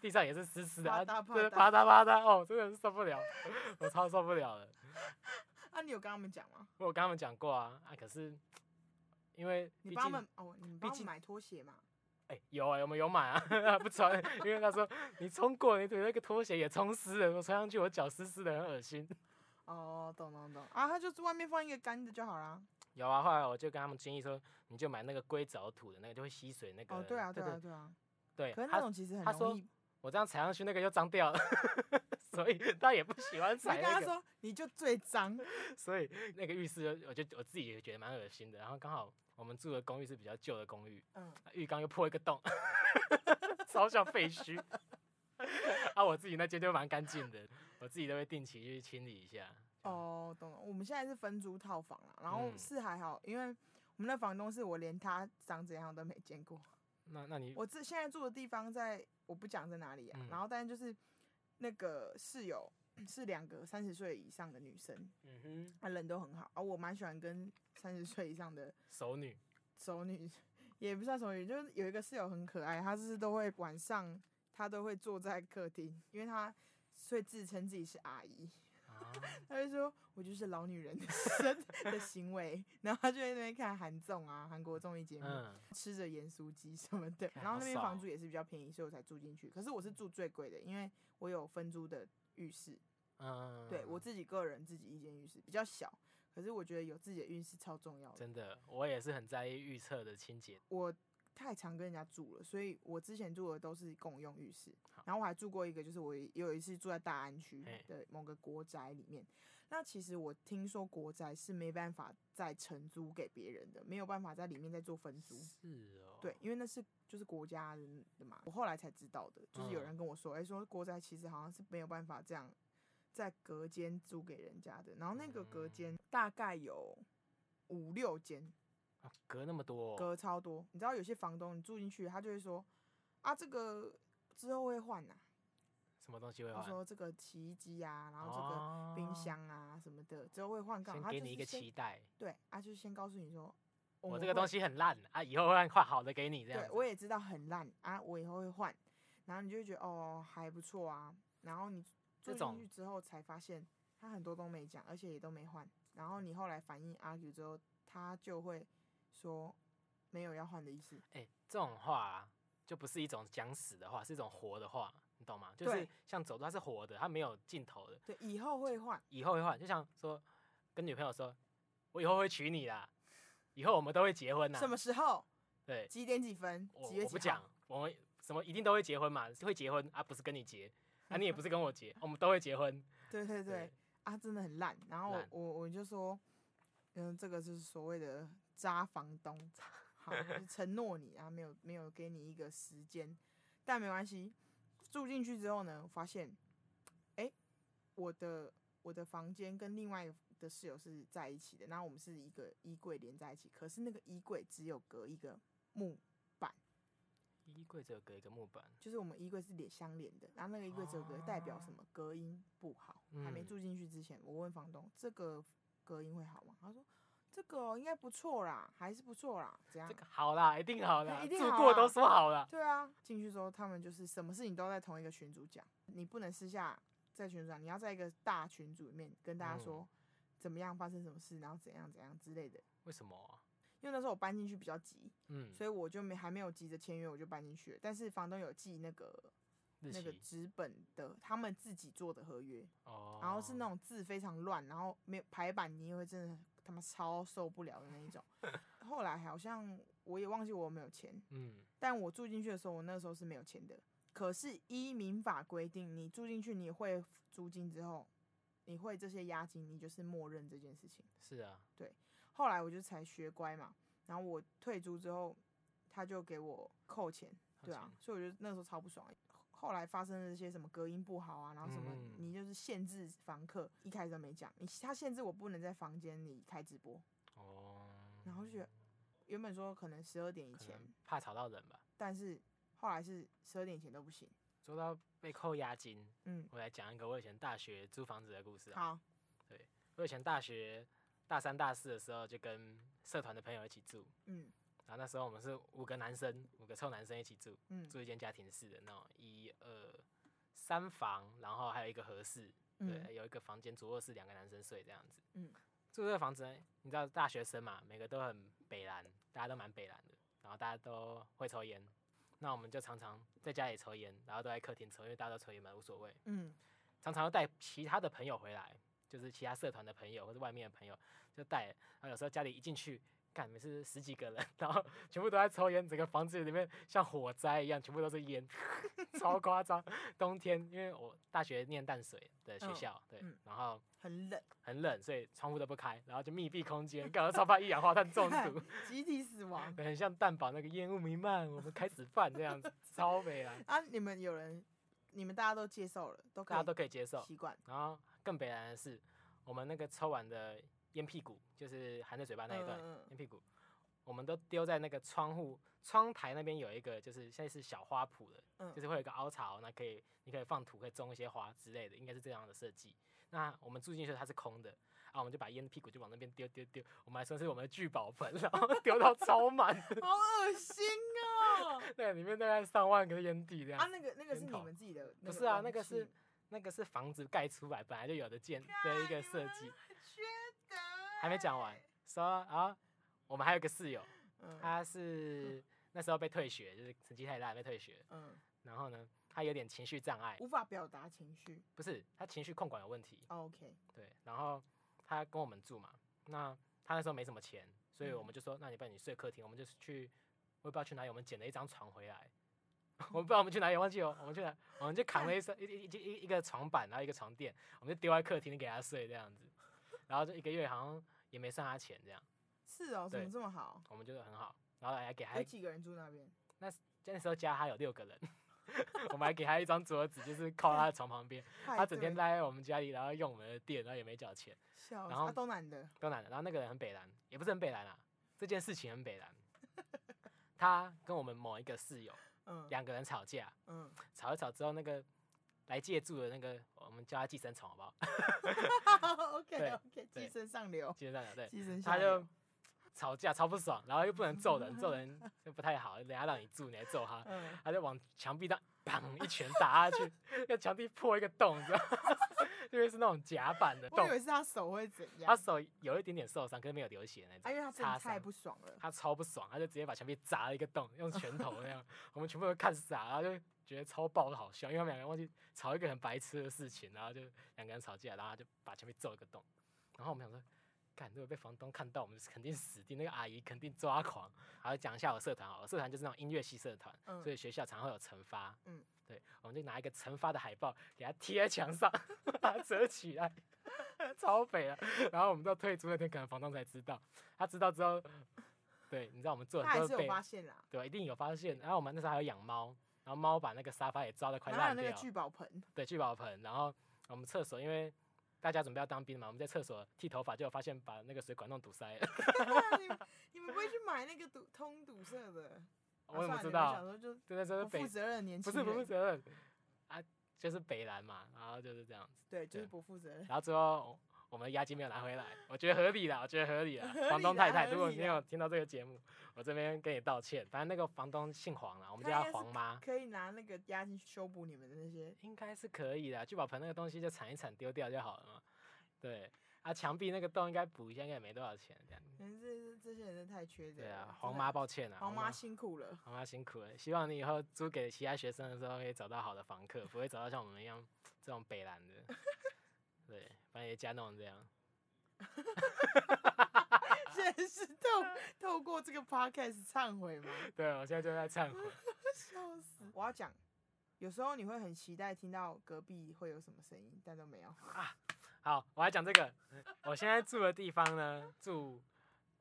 Speaker 2: 地上也是湿湿的，
Speaker 1: 啪
Speaker 2: 啊，
Speaker 1: 嗒啪
Speaker 2: 真的
Speaker 1: 嗒
Speaker 2: 啪嗒啪嗒，哦，真的是受不了，我超受不了了。
Speaker 1: 啊，你有跟他们讲吗？
Speaker 2: 我有跟他们讲过啊，啊，可是因为
Speaker 1: 你
Speaker 2: 毕
Speaker 1: 帮他
Speaker 2: 竟
Speaker 1: 们哦，你们帮他
Speaker 2: 竟
Speaker 1: 们买拖鞋嘛？
Speaker 2: 哎、有啊、我们有买啊， 不穿，因为他说你冲过，你的那个拖鞋也冲湿了，我穿上去我脚湿湿的，很恶心。
Speaker 1: 哦，懂懂懂啊，他就是外面放一个干的就好啦。
Speaker 2: 有啊，后来我就跟他们建议说，你就买那个硅藻土的那个，就会吸水那个。
Speaker 1: 哦，对啊，对
Speaker 2: 对
Speaker 1: 啊，对啊。
Speaker 2: 对
Speaker 1: 可是那
Speaker 2: 他
Speaker 1: 种其实
Speaker 2: 他
Speaker 1: 很
Speaker 2: 说
Speaker 1: 容易。
Speaker 2: 我这样踩上去那个就脏掉了， 所以他也不喜 欢
Speaker 1: 你
Speaker 2: 踩
Speaker 1: 跟
Speaker 2: 那
Speaker 1: 他
Speaker 2: 个。
Speaker 1: 说，你就最 脏，
Speaker 2: 所以那个浴室就，我就我自己也觉得蛮恶心的。然后刚好我们住的公寓是比较旧的公寓，啊
Speaker 1: 嗯，
Speaker 2: 浴缸又破一个洞， 超像废墟。 啊，我自己那间就蛮干净的，我自己都会定期去清理一下。这样，
Speaker 1: 哦，懂了。我们现在是分租套房啦，然后
Speaker 2: 嗯
Speaker 1: 是还好，因为我们的房东是我连他长怎样都没见过。
Speaker 2: 那那你
Speaker 1: 我这现在住的地方在，我不讲在哪里啊。
Speaker 2: 嗯
Speaker 1: 然后，但是就是那个室友是两个三十岁以上的女生，
Speaker 2: 嗯哼，
Speaker 1: 她人都很好，而啊我蛮喜欢跟三十岁以上的
Speaker 2: 熟 女
Speaker 1: 熟女，也不算熟女，就是有一个室友很可爱，她就是都会晚上她都会坐在客厅，因为她所以自称自己是阿姨。
Speaker 2: 啊，
Speaker 1: 他就说我就是老女人的身的行为，然后他就在那边看韩综啊，韩国综艺节目，
Speaker 2: 嗯，
Speaker 1: 吃着盐酥鸡什么的。
Speaker 2: 看
Speaker 1: 然后
Speaker 2: 好
Speaker 1: 那边
Speaker 2: 爽
Speaker 1: 房
Speaker 2: 哦
Speaker 1: 租也是比较便宜，所以我才住进去。可是我是住最贵的，因为我有分租的浴室，
Speaker 2: 嗯，
Speaker 1: 对我自己个人自己一间浴室比较小，可是我觉得有自己的浴室超重要的。
Speaker 2: 真的，我也是很在意预测的清洁。
Speaker 1: 我太常跟人家住了，所以我之前住的都是共用浴室
Speaker 2: 好。
Speaker 1: 然后我还住过一个，就是我也有一次住在大安区
Speaker 2: 嘿
Speaker 1: 的某个国宅里面。那其实我听说国宅是没办法再承租给别人的，没有办法在里面再做分租。
Speaker 2: 是哦，
Speaker 1: 对，，因为那是就是国家人的嘛。我后来才知道的，就是有
Speaker 2: 嗯
Speaker 1: 人跟我说，哎、说国宅其实好像是没有办法这样在隔间租给人家的。然后那个隔
Speaker 2: 嗯
Speaker 1: 间大概有五六间，
Speaker 2: 啊隔那么多、哦，
Speaker 1: 隔超多。你知道有些房东你住进去，他就会说啊，这个之后会换呐、
Speaker 2: 什么东西会
Speaker 1: 他
Speaker 2: 换？
Speaker 1: 说这个洗衣机啊，然后这个冰箱啊什么的，之后会换。
Speaker 2: 哦，
Speaker 1: 干
Speaker 2: 先
Speaker 1: 嘛？他
Speaker 2: 给
Speaker 1: 就
Speaker 2: 你一
Speaker 1: 是
Speaker 2: 个
Speaker 1: 先
Speaker 2: 期待，
Speaker 1: 对，他就先告诉你说，
Speaker 2: 我
Speaker 1: 们
Speaker 2: 这个东
Speaker 1: 会
Speaker 2: 西很烂啊，以后会换好的给你这样
Speaker 1: 对
Speaker 2: 子。，
Speaker 1: 我也知道很烂啊，我以后会换。然后你就会觉得哦还不错啊，然后你
Speaker 2: 这
Speaker 1: 住进
Speaker 2: 种
Speaker 1: 去之后才发现他很多都没讲，而且也都没换。然后你后来反映 argue 之后，他就会说没有要换的意思。
Speaker 2: 哎、这种话、啊、就不是一种讲死的话，是一种活的话，你懂吗？就是
Speaker 1: 对
Speaker 2: 像走路，它是活的，它没有尽头的，
Speaker 1: 对，以后会换。
Speaker 2: 以后会换。就像说跟女朋友说，我以后会娶你啦，以后我们都会结婚啦。
Speaker 1: 什么？时候？
Speaker 2: 对，
Speaker 1: 几点几分？
Speaker 2: 我
Speaker 1: 几月
Speaker 2: 我
Speaker 1: 几号
Speaker 2: 不讲？，我们什么一定都会结婚嘛，会结婚啊，不是跟你结啊，你也不是跟我结，我们都会结婚。
Speaker 1: 对 对对
Speaker 2: 对，
Speaker 1: 啊，真的很烂。然后我
Speaker 2: 烂
Speaker 1: 我我就说，嗯，这个就是所谓的渣房东，好，就是承诺你啊，没有没有给你一个时间，但没关系。住进去之后呢，发现，哎、我的我的房间跟另外一个的室友是在一起的，然后我们是一个衣柜连在一起，可是那个衣柜只有隔一个木，
Speaker 2: 衣柜只有隔一个木板，
Speaker 1: 就是我们衣柜是连相连的，然后那个衣柜只有隔，代表什么？隔音不好。还没
Speaker 2: 嗯
Speaker 1: 住进去之前，我问房东这个隔音会好吗？他说这个哦应该不错啦，还是不错啦，怎样
Speaker 2: 这？个好啦，一定好啦，
Speaker 1: 啊一定
Speaker 2: 住
Speaker 1: 好
Speaker 2: 过
Speaker 1: 啦
Speaker 2: 都说好啦。
Speaker 1: 对啊，进去之后他们就是什么事情都在同一个群组讲，你不能私下在群组讲，你要在一个大群组里面跟大家说、
Speaker 2: 嗯
Speaker 1: 怎么样发生什么事，然后怎样怎样之类的。
Speaker 2: 为什么啊、
Speaker 1: 因为那时候我搬进去比较急，
Speaker 2: 嗯，
Speaker 1: 所以我就没还没有急着签约，我就搬进去了。但是房东有寄那个
Speaker 2: 日
Speaker 1: 那个
Speaker 2: 期
Speaker 1: 纸本的他们自己做的合约，
Speaker 2: 哦，
Speaker 1: 然后是那种字非常乱，然后没有排版，你也会真的他妈超受不了的那一种。后来好像我也忘记我有没有钱，
Speaker 2: 嗯，
Speaker 1: 但我住进去的时候，我那时候是没有钱的。可是依民法规定，你住进去你会租金之后，你会这些押金，你就是默认这件事情。
Speaker 2: 是啊，
Speaker 1: 后来我就才学乖嘛，然后我退租之后，他就给我扣钱，
Speaker 2: 扣
Speaker 1: 对啊
Speaker 2: 钱，
Speaker 1: 所以我就那时候超不爽。后来发生了这些什么隔音不好啊，然后什么
Speaker 2: 嗯
Speaker 1: 你就是限制房客，一开始都没讲，你他限制我不能在房间里开直播，
Speaker 2: 哦，
Speaker 1: 然后就觉得原本说可能十二点以
Speaker 2: 可
Speaker 1: 前，
Speaker 2: 能怕吵到人吧。
Speaker 1: 但是后来是十二点以前都不行。
Speaker 2: 说到被扣押金，
Speaker 1: 嗯，
Speaker 2: 我来讲一个我以前大学租房子的故事啊。
Speaker 1: 好，
Speaker 2: 我以前大学大三、大四的时候，就跟社团的朋友一起住，
Speaker 1: 嗯
Speaker 2: 然后那时候我们是五个男生，五个臭男生一起住，
Speaker 1: 嗯
Speaker 2: 住一间家庭式的那种一二三房，然后还有一个合适，
Speaker 1: 嗯
Speaker 2: 对，有一个房间主卧室，两个男生睡这样子。
Speaker 1: 嗯
Speaker 2: 住这个房子呢，你知道大学生嘛，每个都很北蓝，大家都蛮北蓝的，然后大家都会抽烟。那我们就常常在家里抽烟，然后都在客厅抽，因为大家都抽烟嘛，无所谓。
Speaker 1: 嗯
Speaker 2: 常常带其他的朋友回来，就是其他社团的朋友或者外面的朋友，就带了。然后有时候家里一进去，干每次十几个人，然后全部都在抽烟，整个房子里面像火灾一样，全部都是烟， 超夸张。冬天，因为我大学念淡水的学
Speaker 1: 嗯
Speaker 2: 校，对，
Speaker 1: 嗯
Speaker 2: 然后
Speaker 1: 很冷，
Speaker 2: 很冷，所以窗户都不开，然后就密闭空间，搞得超怕一氧化碳 中 毒。
Speaker 1: 集体死亡。
Speaker 2: 很像蛋堡那个烟雾弥漫，我们开始办这样子，超美 啊，
Speaker 1: 啊，你们有人，你们大家都接受了，都可
Speaker 2: 大家
Speaker 1: 以
Speaker 2: 都可以接受。
Speaker 1: 习惯。
Speaker 2: 然后更北然的是，我们那个抽完的烟屁股，就是含在嘴巴那一段、
Speaker 1: 嗯嗯嗯
Speaker 2: 烟屁股，我们都丢在那个窗户窗台那边有一个，就是现在是小花圃的，
Speaker 1: 嗯
Speaker 2: 就是会有一个凹槽，那可以你可以放土，可以种一些花之类的，应该是这样的设计。那我们住进去它是空的啊，我们就把烟屁股就往那边丢丢丢，我们还说是我们的聚宝盆，然后丢到超满，
Speaker 1: 嗯好恶心哦！
Speaker 2: 对，里面大概上万个烟蒂这样
Speaker 1: 啊，。那个那个是
Speaker 2: 烟
Speaker 1: 你
Speaker 2: 头
Speaker 1: 们自己的，
Speaker 2: 不是啊，
Speaker 1: 容
Speaker 2: 那个
Speaker 1: 器
Speaker 2: 是那个是房子盖出来本来就有的建
Speaker 1: 干
Speaker 2: 的一个
Speaker 1: 哎你
Speaker 2: 设
Speaker 1: 们
Speaker 2: 计，
Speaker 1: 缺德欸。
Speaker 2: 还没讲完。说啊，我们还有一个室友，
Speaker 1: 嗯
Speaker 2: 他是那时候被退学，就是成绩太烂被退学，
Speaker 1: 嗯，
Speaker 2: 然后呢，他有点情绪障碍，
Speaker 1: 无法表达情绪。
Speaker 2: 不是他情绪控管有问题，
Speaker 1: 哦 OK，
Speaker 2: 对，然后他跟我们住嘛，那他那时候没什么钱，所以我
Speaker 1: 嗯
Speaker 2: 们就说，那你不然你睡客厅，我们就去，我也不知道去哪里，我们捡了一张床回来， 我不知道我们去哪里，忘记了，我们去哪，我们就扛了一身一一一一一个床板，然后一个床垫，我们就丢在客厅给他睡这样子，然后就一个月好像也没算他钱这样，
Speaker 1: 是哦，怎么
Speaker 2: 对
Speaker 1: 这么好？
Speaker 2: 我们就很好，然后还给他
Speaker 1: 有几个人住那边？
Speaker 2: 那时候家他有六个人。 我们还给他一张桌子，就是靠他的床旁边，他
Speaker 1: 派
Speaker 2: 啊整天
Speaker 1: 对
Speaker 2: 待在我们家里，然后用我们的电，然后也没缴钱。
Speaker 1: 笑死，
Speaker 2: 然后
Speaker 1: 啊都男的，
Speaker 2: 都男的。然后那个人很北蓝，也不是很北蓝啊，这件事情很北蓝。 他跟我们某一个室友
Speaker 1: 嗯
Speaker 2: 两个人吵架，
Speaker 1: 嗯，
Speaker 2: 吵一吵之后，那个来借住的那个，我们叫他寄生虫好不好？
Speaker 1: OK
Speaker 2: 对
Speaker 1: OK，
Speaker 2: 对
Speaker 1: 寄生上流，
Speaker 2: 寄生虫对，
Speaker 1: 寄生下
Speaker 2: 他
Speaker 1: 流
Speaker 2: 就。吵架超不爽，然后又不能揍 人，揍人就不太好，人家让你住你还揍他，
Speaker 1: 嗯，
Speaker 2: 他就往墙壁上砰一拳打下去，那墙壁破一个洞，你知道吗， 就是那种夹板的
Speaker 1: 我
Speaker 2: 洞
Speaker 1: 以，为是他手会怎样
Speaker 2: 呃他，手有一点点受伤，可是没有流血那
Speaker 1: 啊，
Speaker 2: 种，
Speaker 1: 因为他真
Speaker 2: 擦
Speaker 1: 的太
Speaker 2: 伤。
Speaker 1: 不爽 了。
Speaker 2: 他超不爽，他就直接把墙壁砸了一个洞，用拳头那样，我们全部都看傻，然后就觉得超爆好笑，因为他们两个人忘记吵一个很白痴的事情，然后就两个人吵架，然后他就把墙壁揍了个洞，然后我们想说，干，如果被房东看到，我们肯定死定，那个阿姨肯定抓狂。然后讲一下我社团好了，我社团就是那种音乐系社团，
Speaker 1: 嗯
Speaker 2: 所以学校常会有惩罚，
Speaker 1: 嗯
Speaker 2: 嗯，对，我们就拿一个惩罚的海报给它贴在墙上， 把它折起来。 超北啊！然后我们到退租那天，可能房东才知道，他知道之后，对，你知道我们做
Speaker 1: 他
Speaker 2: 很
Speaker 1: 还
Speaker 2: 多
Speaker 1: 是
Speaker 2: 被
Speaker 1: 有，发现啦，
Speaker 2: 对，一定有发现。然后我们那时候还有养猫，然后猫把那个沙发也抓的快
Speaker 1: 哪有
Speaker 2: 烂
Speaker 1: 那个
Speaker 2: 掉，
Speaker 1: 聚宝 盆？
Speaker 2: 对，聚宝盆。然后我们厕所，因为大家准备要当兵嘛，我们在厕所剃头发，就发现把那个水管弄堵塞了。
Speaker 1: 你们你们不会去买那个堵通堵塞的？啊
Speaker 2: 我怎
Speaker 1: 算
Speaker 2: 么
Speaker 1: 了
Speaker 2: 知
Speaker 1: 你们
Speaker 2: 道
Speaker 1: 想？说就
Speaker 2: 对，那时候
Speaker 1: 不
Speaker 2: 北
Speaker 1: 负责任的年
Speaker 2: 不
Speaker 1: 轻人，
Speaker 2: 是不负责任啊，就是北蓝嘛，然后就是这样子。
Speaker 1: 对，就是
Speaker 2: 对
Speaker 1: 不负责任。
Speaker 2: 然后最后我们的押金没有拿回来，我觉得合理啦，我觉得合理啦
Speaker 1: 合理。
Speaker 2: 房东
Speaker 1: 啦
Speaker 2: 太太，
Speaker 1: 合
Speaker 2: 如果
Speaker 1: 理
Speaker 2: 你
Speaker 1: 啦
Speaker 2: 有听到这个节目，我这边跟你道歉。反正那个房东姓黄啦，我们
Speaker 1: 他
Speaker 2: 叫
Speaker 1: 应该
Speaker 2: 她
Speaker 1: 是
Speaker 2: 黄妈，
Speaker 1: 可以拿那个押金去修补你们的那些。
Speaker 2: 应该是可以的。聚宝盆那个东西就铲一铲丢掉就好了嘛。对啊，墙壁那个洞应该补一下，应该也没多少钱这样。
Speaker 1: 可能这这些人真的太缺德
Speaker 2: 对
Speaker 1: 了。
Speaker 2: 啊
Speaker 1: 真，
Speaker 2: 黄
Speaker 1: 的
Speaker 2: 妈，抱歉啊，
Speaker 1: 黄妈辛苦了。
Speaker 2: 黄妈辛苦了。希望你以后租给其他学生的时候，可以找到好的房客，不会找到像我们一样 这种北蓝的。 对，反正也家弄成这样。
Speaker 1: 现在是 透透过这个 podcast 忏悔吗？
Speaker 2: 对，我现在就在忏悔。
Speaker 1: 笑死！我要讲，有时候你会很期待听到隔壁会有什么声音，但都没有。
Speaker 2: 好，我来讲这个。我现在住的地方呢，住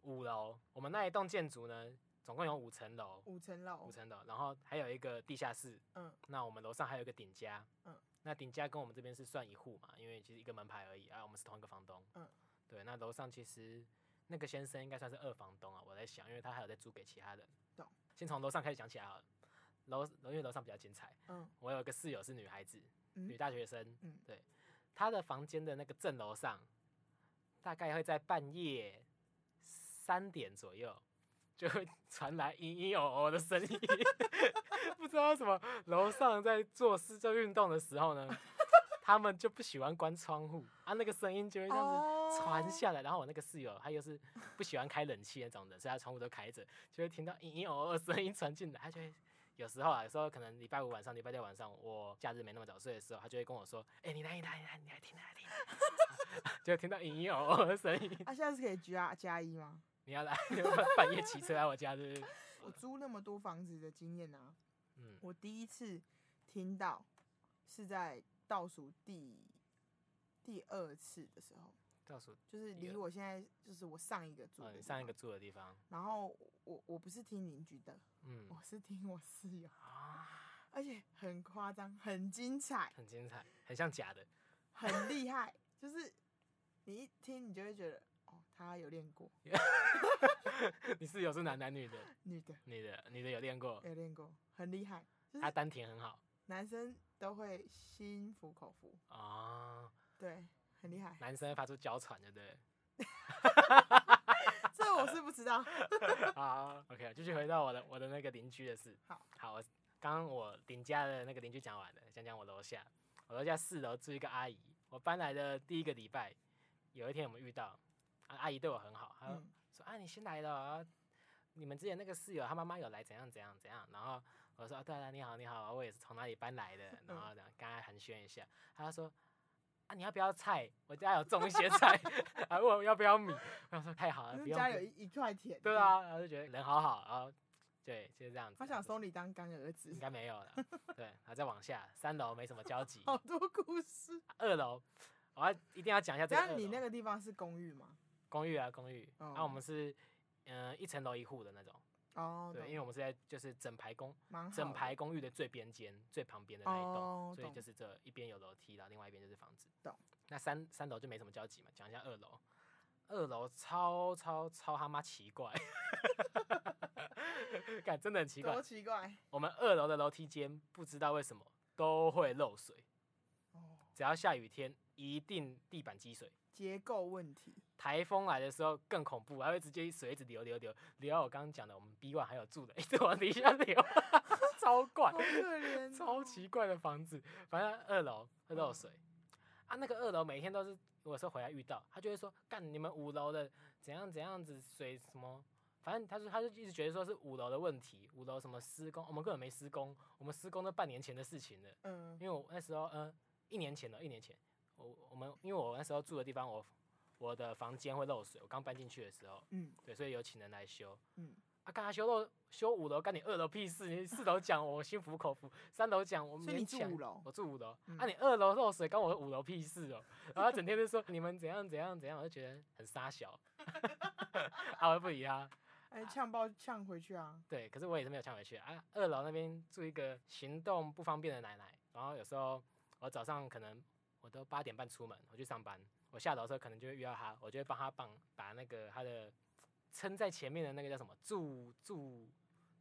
Speaker 2: 五楼。我们那一栋建筑呢，总共有五层楼，
Speaker 1: 五层楼
Speaker 2: 五，层楼，然后还有一个地下室。
Speaker 1: 嗯
Speaker 2: 那我们楼上还有一个顶家。
Speaker 1: 嗯
Speaker 2: 那顶家跟我们这边是算一户嘛，因为其实一个门牌而已啊，我们是同一个房东。
Speaker 1: 嗯
Speaker 2: 对，那楼上其实那个先生应该算是二房东啊，我在想，因为他还有在租给其他人。
Speaker 1: 懂。
Speaker 2: 先从楼上开始讲起来好了。楼，楼因为楼上比较精彩。
Speaker 1: 嗯
Speaker 2: 我有一个室友是女孩子，
Speaker 1: 嗯
Speaker 2: 女大学生，
Speaker 1: 嗯
Speaker 2: 对，她的房间的那个正楼上，大概会在半夜三点左右，就会传来嘤嘤哦哦的声音， 不知道为什么楼上在做事做运动的时候呢，他们就不喜欢关窗户啊，那个声音就会这样子。
Speaker 1: 哦
Speaker 2: 传下来，然后我那个室友他又是不喜欢开冷气那种的，所以他窗户都开着，就会听到隐隐偶尔声音传进来，他就会有时候啊，有时候可能礼拜五晚上、礼拜六晚上，我假日没那么早睡的时候，他就会跟我说：“哎、你来，你来，你来，你来听，你来听。” 就听到隐隐偶偶的声音。
Speaker 1: 啊，下次可以加加一吗？
Speaker 2: 你要来半夜骑车来我家，对不对？
Speaker 1: 我租那么多房子的经验啊，
Speaker 2: 嗯，
Speaker 1: 我第一次听到是在倒数第第二次的时候，
Speaker 2: 倒数
Speaker 1: 就是
Speaker 2: 第
Speaker 1: 离
Speaker 2: 二
Speaker 1: 我现在就是我上一个住
Speaker 2: 哦，
Speaker 1: 的
Speaker 2: 你
Speaker 1: 地
Speaker 2: 上一个
Speaker 1: 方，
Speaker 2: 住的地方，
Speaker 1: 然后我我不是听邻居的，
Speaker 2: 嗯
Speaker 1: 我是听我室友，
Speaker 2: 啊，
Speaker 1: 而且很夸张，很精彩，
Speaker 2: 很精彩，很像假的，
Speaker 1: 很厉害，就是你一听你就会觉得哦，他有练过，
Speaker 2: 你室友是男男女的？
Speaker 1: 女的
Speaker 2: 女的，女的有练过，
Speaker 1: 有练过，很厉害，呃就是
Speaker 2: 她丹田很好
Speaker 1: 男生都会心服口服，
Speaker 2: 啊、
Speaker 1: 对，很厉 害。
Speaker 2: 男生会发出娇喘，对不对？嗯
Speaker 1: 这我是不知道。
Speaker 2: 好，OK，继续回到我的我的那个邻居的事。
Speaker 1: 好，
Speaker 2: 好，我刚刚我邻家的那个邻居讲完了，讲讲我楼下，我楼下四楼住一个阿姨，我搬来的第一个礼拜，有一天我们遇到，啊、阿姨对我很好，她
Speaker 1: 嗯，
Speaker 2: 说啊，你先来了啊，你们之前那个室友他妈妈有来怎样怎样怎样，然后我说、啊、对啊，你好你好，我也是从哪里搬来的，然后呢跟他寒暄一下，他说啊你要不要菜？我家有种一些菜，还问我要不要米，我想说太好了，
Speaker 1: 因
Speaker 2: 不
Speaker 1: 为
Speaker 2: 用
Speaker 1: 家
Speaker 2: 不
Speaker 1: 有一一块田。
Speaker 2: 对，啊，然后就觉得人好好，然后对就是这样子，啊
Speaker 1: 他想收你当干儿子
Speaker 2: 应。该没有了，对，然后再往下，三楼没什么交集，
Speaker 1: 好多故事。
Speaker 2: 二楼我要一定要讲一下这个二
Speaker 1: 那
Speaker 2: 楼，
Speaker 1: 你那个地方是公寓吗？
Speaker 2: 公寓啊公寓，然
Speaker 1: 哦
Speaker 2: 后、我们是嗯、呃一层楼一户的那种。
Speaker 1: 哦，
Speaker 2: 对，
Speaker 1: 懂
Speaker 2: 因为我们是在就是整排公
Speaker 1: 蛮好的。
Speaker 2: 整排公寓的最边间、最旁边的那一栋，
Speaker 1: 哦
Speaker 2: 所以
Speaker 1: 懂
Speaker 2: 就是这一边有楼梯，然后另外一边就是房子。
Speaker 1: 懂。
Speaker 2: 那三三楼就没什么交集嘛，讲一下二楼。二楼超超超他妈奇怪， 感真的很奇怪
Speaker 1: 多。奇怪。
Speaker 2: 我们二楼的楼梯间不知道为什么都会漏水，
Speaker 1: 哦，
Speaker 2: 只要下雨天一定地板积水。
Speaker 1: 结构问 题。
Speaker 2: 台风来的时候更恐怖，还会直接水一直流流流流到我刚刚讲的我们 B one 还有住的，一直往底 下流，超怪
Speaker 1: 好。可怜哦。
Speaker 2: 超奇怪的房子，反正二楼会漏水、啊。那个二楼每天都是，我有时候回来遇到，他就会说：“干你们五楼的怎样怎样子水什么。”反正他说，他就一直觉得说是五楼的问题，五楼什么施工，我们根本没施工，我们施工都半年前的事情了。
Speaker 1: 嗯。
Speaker 2: 因为我那时候，嗯、一年前了，一年前，我我们因为我那时候住的地方，我我的房间会漏水，我刚搬进去的时候，
Speaker 1: 嗯
Speaker 2: 对，所以有请人来修。
Speaker 1: 嗯。
Speaker 2: 啊，干他修楼修五楼，干你二楼屁事？你四楼讲我心服口服，三楼讲我
Speaker 1: 所以你
Speaker 2: 勉
Speaker 1: 住
Speaker 2: 强。
Speaker 1: 五楼
Speaker 2: 我住五楼，啊，
Speaker 1: 嗯
Speaker 2: 你二楼漏水，干我五楼屁事哦、然后他整天就说你们怎样怎样怎样，我就觉得很傻小， 啊，我就不理他。啊
Speaker 1: 哎，呛爆呛回去 啊！
Speaker 2: 对，可是我也是没有抢回去啊。二楼那边住一个行动不方便的奶奶，然后有时候我早上可能我都八点半出门，我去上班，我下楼的时候可能就会遇到她，我就会帮她绑把那个她的撑在前面的那个叫什么助助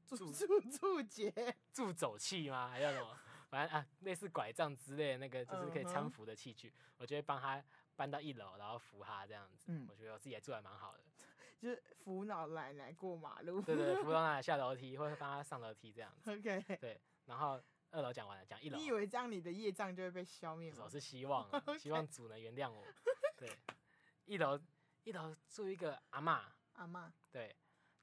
Speaker 1: 住
Speaker 2: 住
Speaker 1: 住住结。
Speaker 2: 助走器吗？还叫什么？反正啊，类似拐杖之类的那个，就是可以
Speaker 1: 嗯
Speaker 2: 搀
Speaker 1: 哼
Speaker 2: 扶的器具我就会帮她搬到一楼，然后扶她这样子。
Speaker 1: 嗯
Speaker 2: 我觉得我自己也做的蛮好的。
Speaker 1: 就是扶老奶奶过马路。
Speaker 2: 对对，扶到她下楼梯，或者帮她上楼梯这样子。
Speaker 1: OK。
Speaker 2: 对，然后二楼讲完了，讲一楼。
Speaker 1: 你以为这样你的业障就会被消灭吗
Speaker 2: 我？是希望、啊，希望主能原谅我。对，一楼一楼住一个阿嬷，
Speaker 1: 阿妈，
Speaker 2: 对，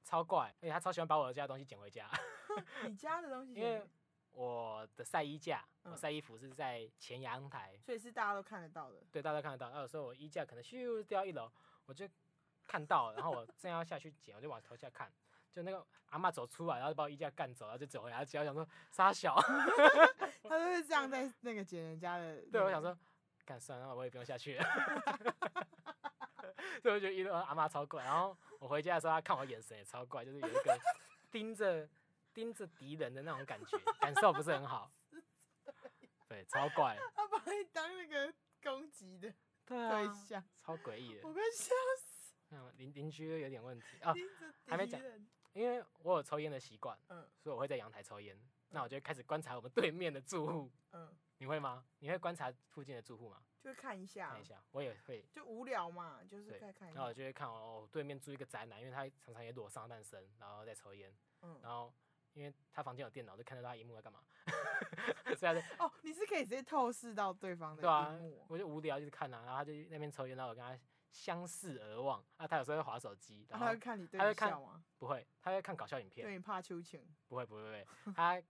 Speaker 2: 超怪，而且她超喜欢把我家的东西捡回家，
Speaker 1: 你家的东西
Speaker 2: 因为我的晒衣架，我
Speaker 1: 嗯
Speaker 2: 晒衣服是在前阳台，
Speaker 1: 所以是大家都看得到的。
Speaker 2: 对，大家看得到。啊那有时候我衣架可能咻掉一楼，我就看到了，然后我正要下去捡，我就往头下看，就那个阿嬷走出来，然后就把我衣架干走，然后就走回来家，我想说傻小，
Speaker 1: 他都是这样在那个捡人家的。
Speaker 2: 对，我想，说，干算了，那我也不用下去了。 所以我觉得一路阿妈超怪，然后我回家的时候，她看我眼神也超怪，就是有一个盯着盯着敌人的那种感觉，感受不是很好。对，超怪，
Speaker 1: 他把你当那个攻击的
Speaker 2: 对
Speaker 1: 对
Speaker 2: 啊，
Speaker 1: 象，
Speaker 2: 超诡异的
Speaker 1: 我。快笑
Speaker 2: 嗯，邻邻居有点问题啊，
Speaker 1: 盯着敌
Speaker 2: 还没讲
Speaker 1: 人。
Speaker 2: 因为我有抽烟的习惯，
Speaker 1: 嗯
Speaker 2: 所以我会在阳台抽烟。那我就会开始观察我们对面的住户，
Speaker 1: 嗯，
Speaker 2: 你会吗？你会观察附近的住户吗？
Speaker 1: 就看一下哦
Speaker 2: 看一，下，我也会
Speaker 1: 就无聊嘛，就是
Speaker 2: 对
Speaker 1: 再看一
Speaker 2: 然后我
Speaker 1: 下。
Speaker 2: 就会看哦，对面住一个宅男，因为他常常也裸上半身，然后在抽烟，
Speaker 1: 嗯，
Speaker 2: 然后因为他房间有电脑，就看得到他荧幕在干嘛， 所以他就
Speaker 1: 哦，你是可以直接透视到对方的
Speaker 2: 对啊
Speaker 1: 荧幕，哦，
Speaker 2: 我就无聊就是看啊，然后他就那边抽烟，然后我跟他相视而望，啊，他有时候会划手机，
Speaker 1: 啊
Speaker 2: 然
Speaker 1: 他
Speaker 2: 后
Speaker 1: 会看你对
Speaker 2: 他会
Speaker 1: 你
Speaker 2: 看
Speaker 1: 笑吗？
Speaker 2: 不会，他会看搞笑影
Speaker 1: 对
Speaker 2: 片，
Speaker 1: 你怕秋千，
Speaker 2: 不会不会不会，他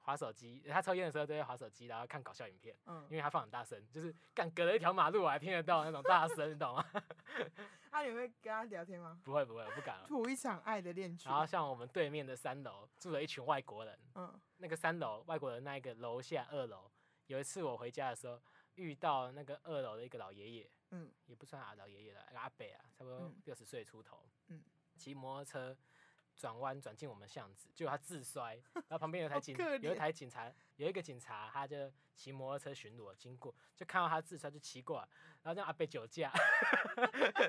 Speaker 2: 划手机，他抽烟的时候都会划手机，然后看搞笑影片，
Speaker 1: 嗯
Speaker 2: 因，为他放很大声，就是干隔了一条马路我还听得到那种大声，你懂吗？
Speaker 1: 那、啊你会跟他聊天吗？
Speaker 2: 不会不会，我不敢 了。
Speaker 1: 吐一场爱的恋曲
Speaker 2: 啊然，后像我们对面的三楼住了一群外国人，
Speaker 1: 嗯，
Speaker 2: 那个三楼外国人那一个楼下二楼，有一次我回家的时候遇到那个二楼的一个老爷爷，
Speaker 1: 嗯，
Speaker 2: 也不算啊老爷爷了，那个阿伯啊，差不多
Speaker 1: 嗯
Speaker 2: 六十岁出头，
Speaker 1: 嗯，
Speaker 2: 骑摩托车转弯转进我们巷子，结果他自摔，然后旁边有台
Speaker 1: 好
Speaker 2: 警
Speaker 1: 可
Speaker 2: 有一
Speaker 1: 怜
Speaker 2: 台警察，有一个警察他就骑摩托车巡逻经过，就看到他自摔就骑过来，然后让阿伯酒驾，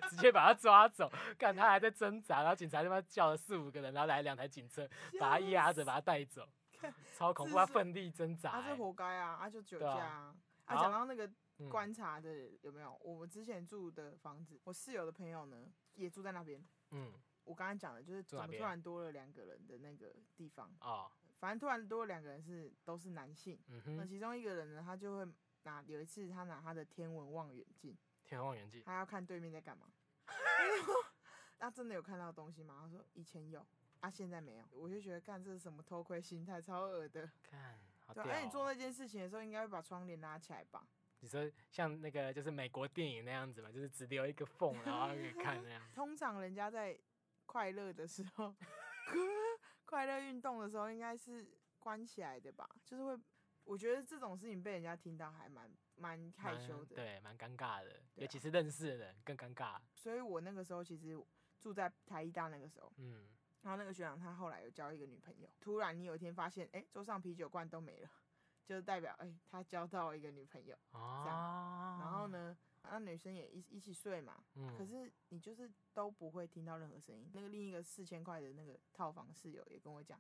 Speaker 2: 直接把他抓走，看他还在挣扎，然后警察他妈叫了四五个人，然后来两台警车， 把他压
Speaker 1: 啊
Speaker 2: 着，把他带走
Speaker 1: 看，
Speaker 2: 超恐怖，
Speaker 1: 自
Speaker 2: 他
Speaker 1: 是
Speaker 2: 奋力挣扎、
Speaker 1: 啊，
Speaker 2: 欸
Speaker 1: 就。活该啊，啊就酒
Speaker 2: 对
Speaker 1: 驾
Speaker 2: 啊
Speaker 1: 啊。啊，
Speaker 2: 然后
Speaker 1: 讲到那个
Speaker 2: 嗯
Speaker 1: 观察的有没有？我们之前住的房子，我室友的朋友呢也住在那边。
Speaker 2: 嗯，
Speaker 1: 我刚才讲的就是
Speaker 2: 住
Speaker 1: 怎
Speaker 2: 哪
Speaker 1: 么突
Speaker 2: 边
Speaker 1: 然多了两个人的那个地方，
Speaker 2: 哦，
Speaker 1: 反正突然多了两个人是都是男性。
Speaker 2: 嗯
Speaker 1: 那
Speaker 2: 哼，
Speaker 1: 其中一个人呢，他就会拿有一次他拿他的天文望远镜，
Speaker 2: 天空远镜，
Speaker 1: 他要看对面在干 嘛。他真的有看到东西吗？他说以前有，啊现在没有。我就觉得干这是什么偷窥心态，超恶的。
Speaker 2: 看，好
Speaker 1: 对
Speaker 2: 屌、
Speaker 1: 啊，而你做
Speaker 2: 哦！
Speaker 1: 那件事情的时候，应该会把窗帘拉起来吧？
Speaker 2: 你说像那个就是美国电影那样子嘛，就是只留一个缝，然后可以看那样子。
Speaker 1: 通常人家在快乐的时 候，快乐运动的时候，应该是关起来的吧？就是会，我觉得这种事情被人家听到还蛮蛮 害羞
Speaker 2: 蛮
Speaker 1: 的。
Speaker 2: 对，蛮尴尬的，
Speaker 1: 对
Speaker 2: 尤
Speaker 1: 啊
Speaker 2: 其是认识的人更尴尬。
Speaker 1: 所以我那个时候其实住在台医大那个时候，
Speaker 2: 嗯，
Speaker 1: 然后那个学长他后来有交一个女朋友，突然你有一天发现，哎、桌上啤酒罐都没了，就代表哎、诶他交到一个女朋友。
Speaker 2: 哦，
Speaker 1: 然后？呢，那女生也一一起睡嘛，
Speaker 2: 嗯，
Speaker 1: 可是你就是都不会听到任何声音。那个另一个四千块的那个套房室友也跟我讲，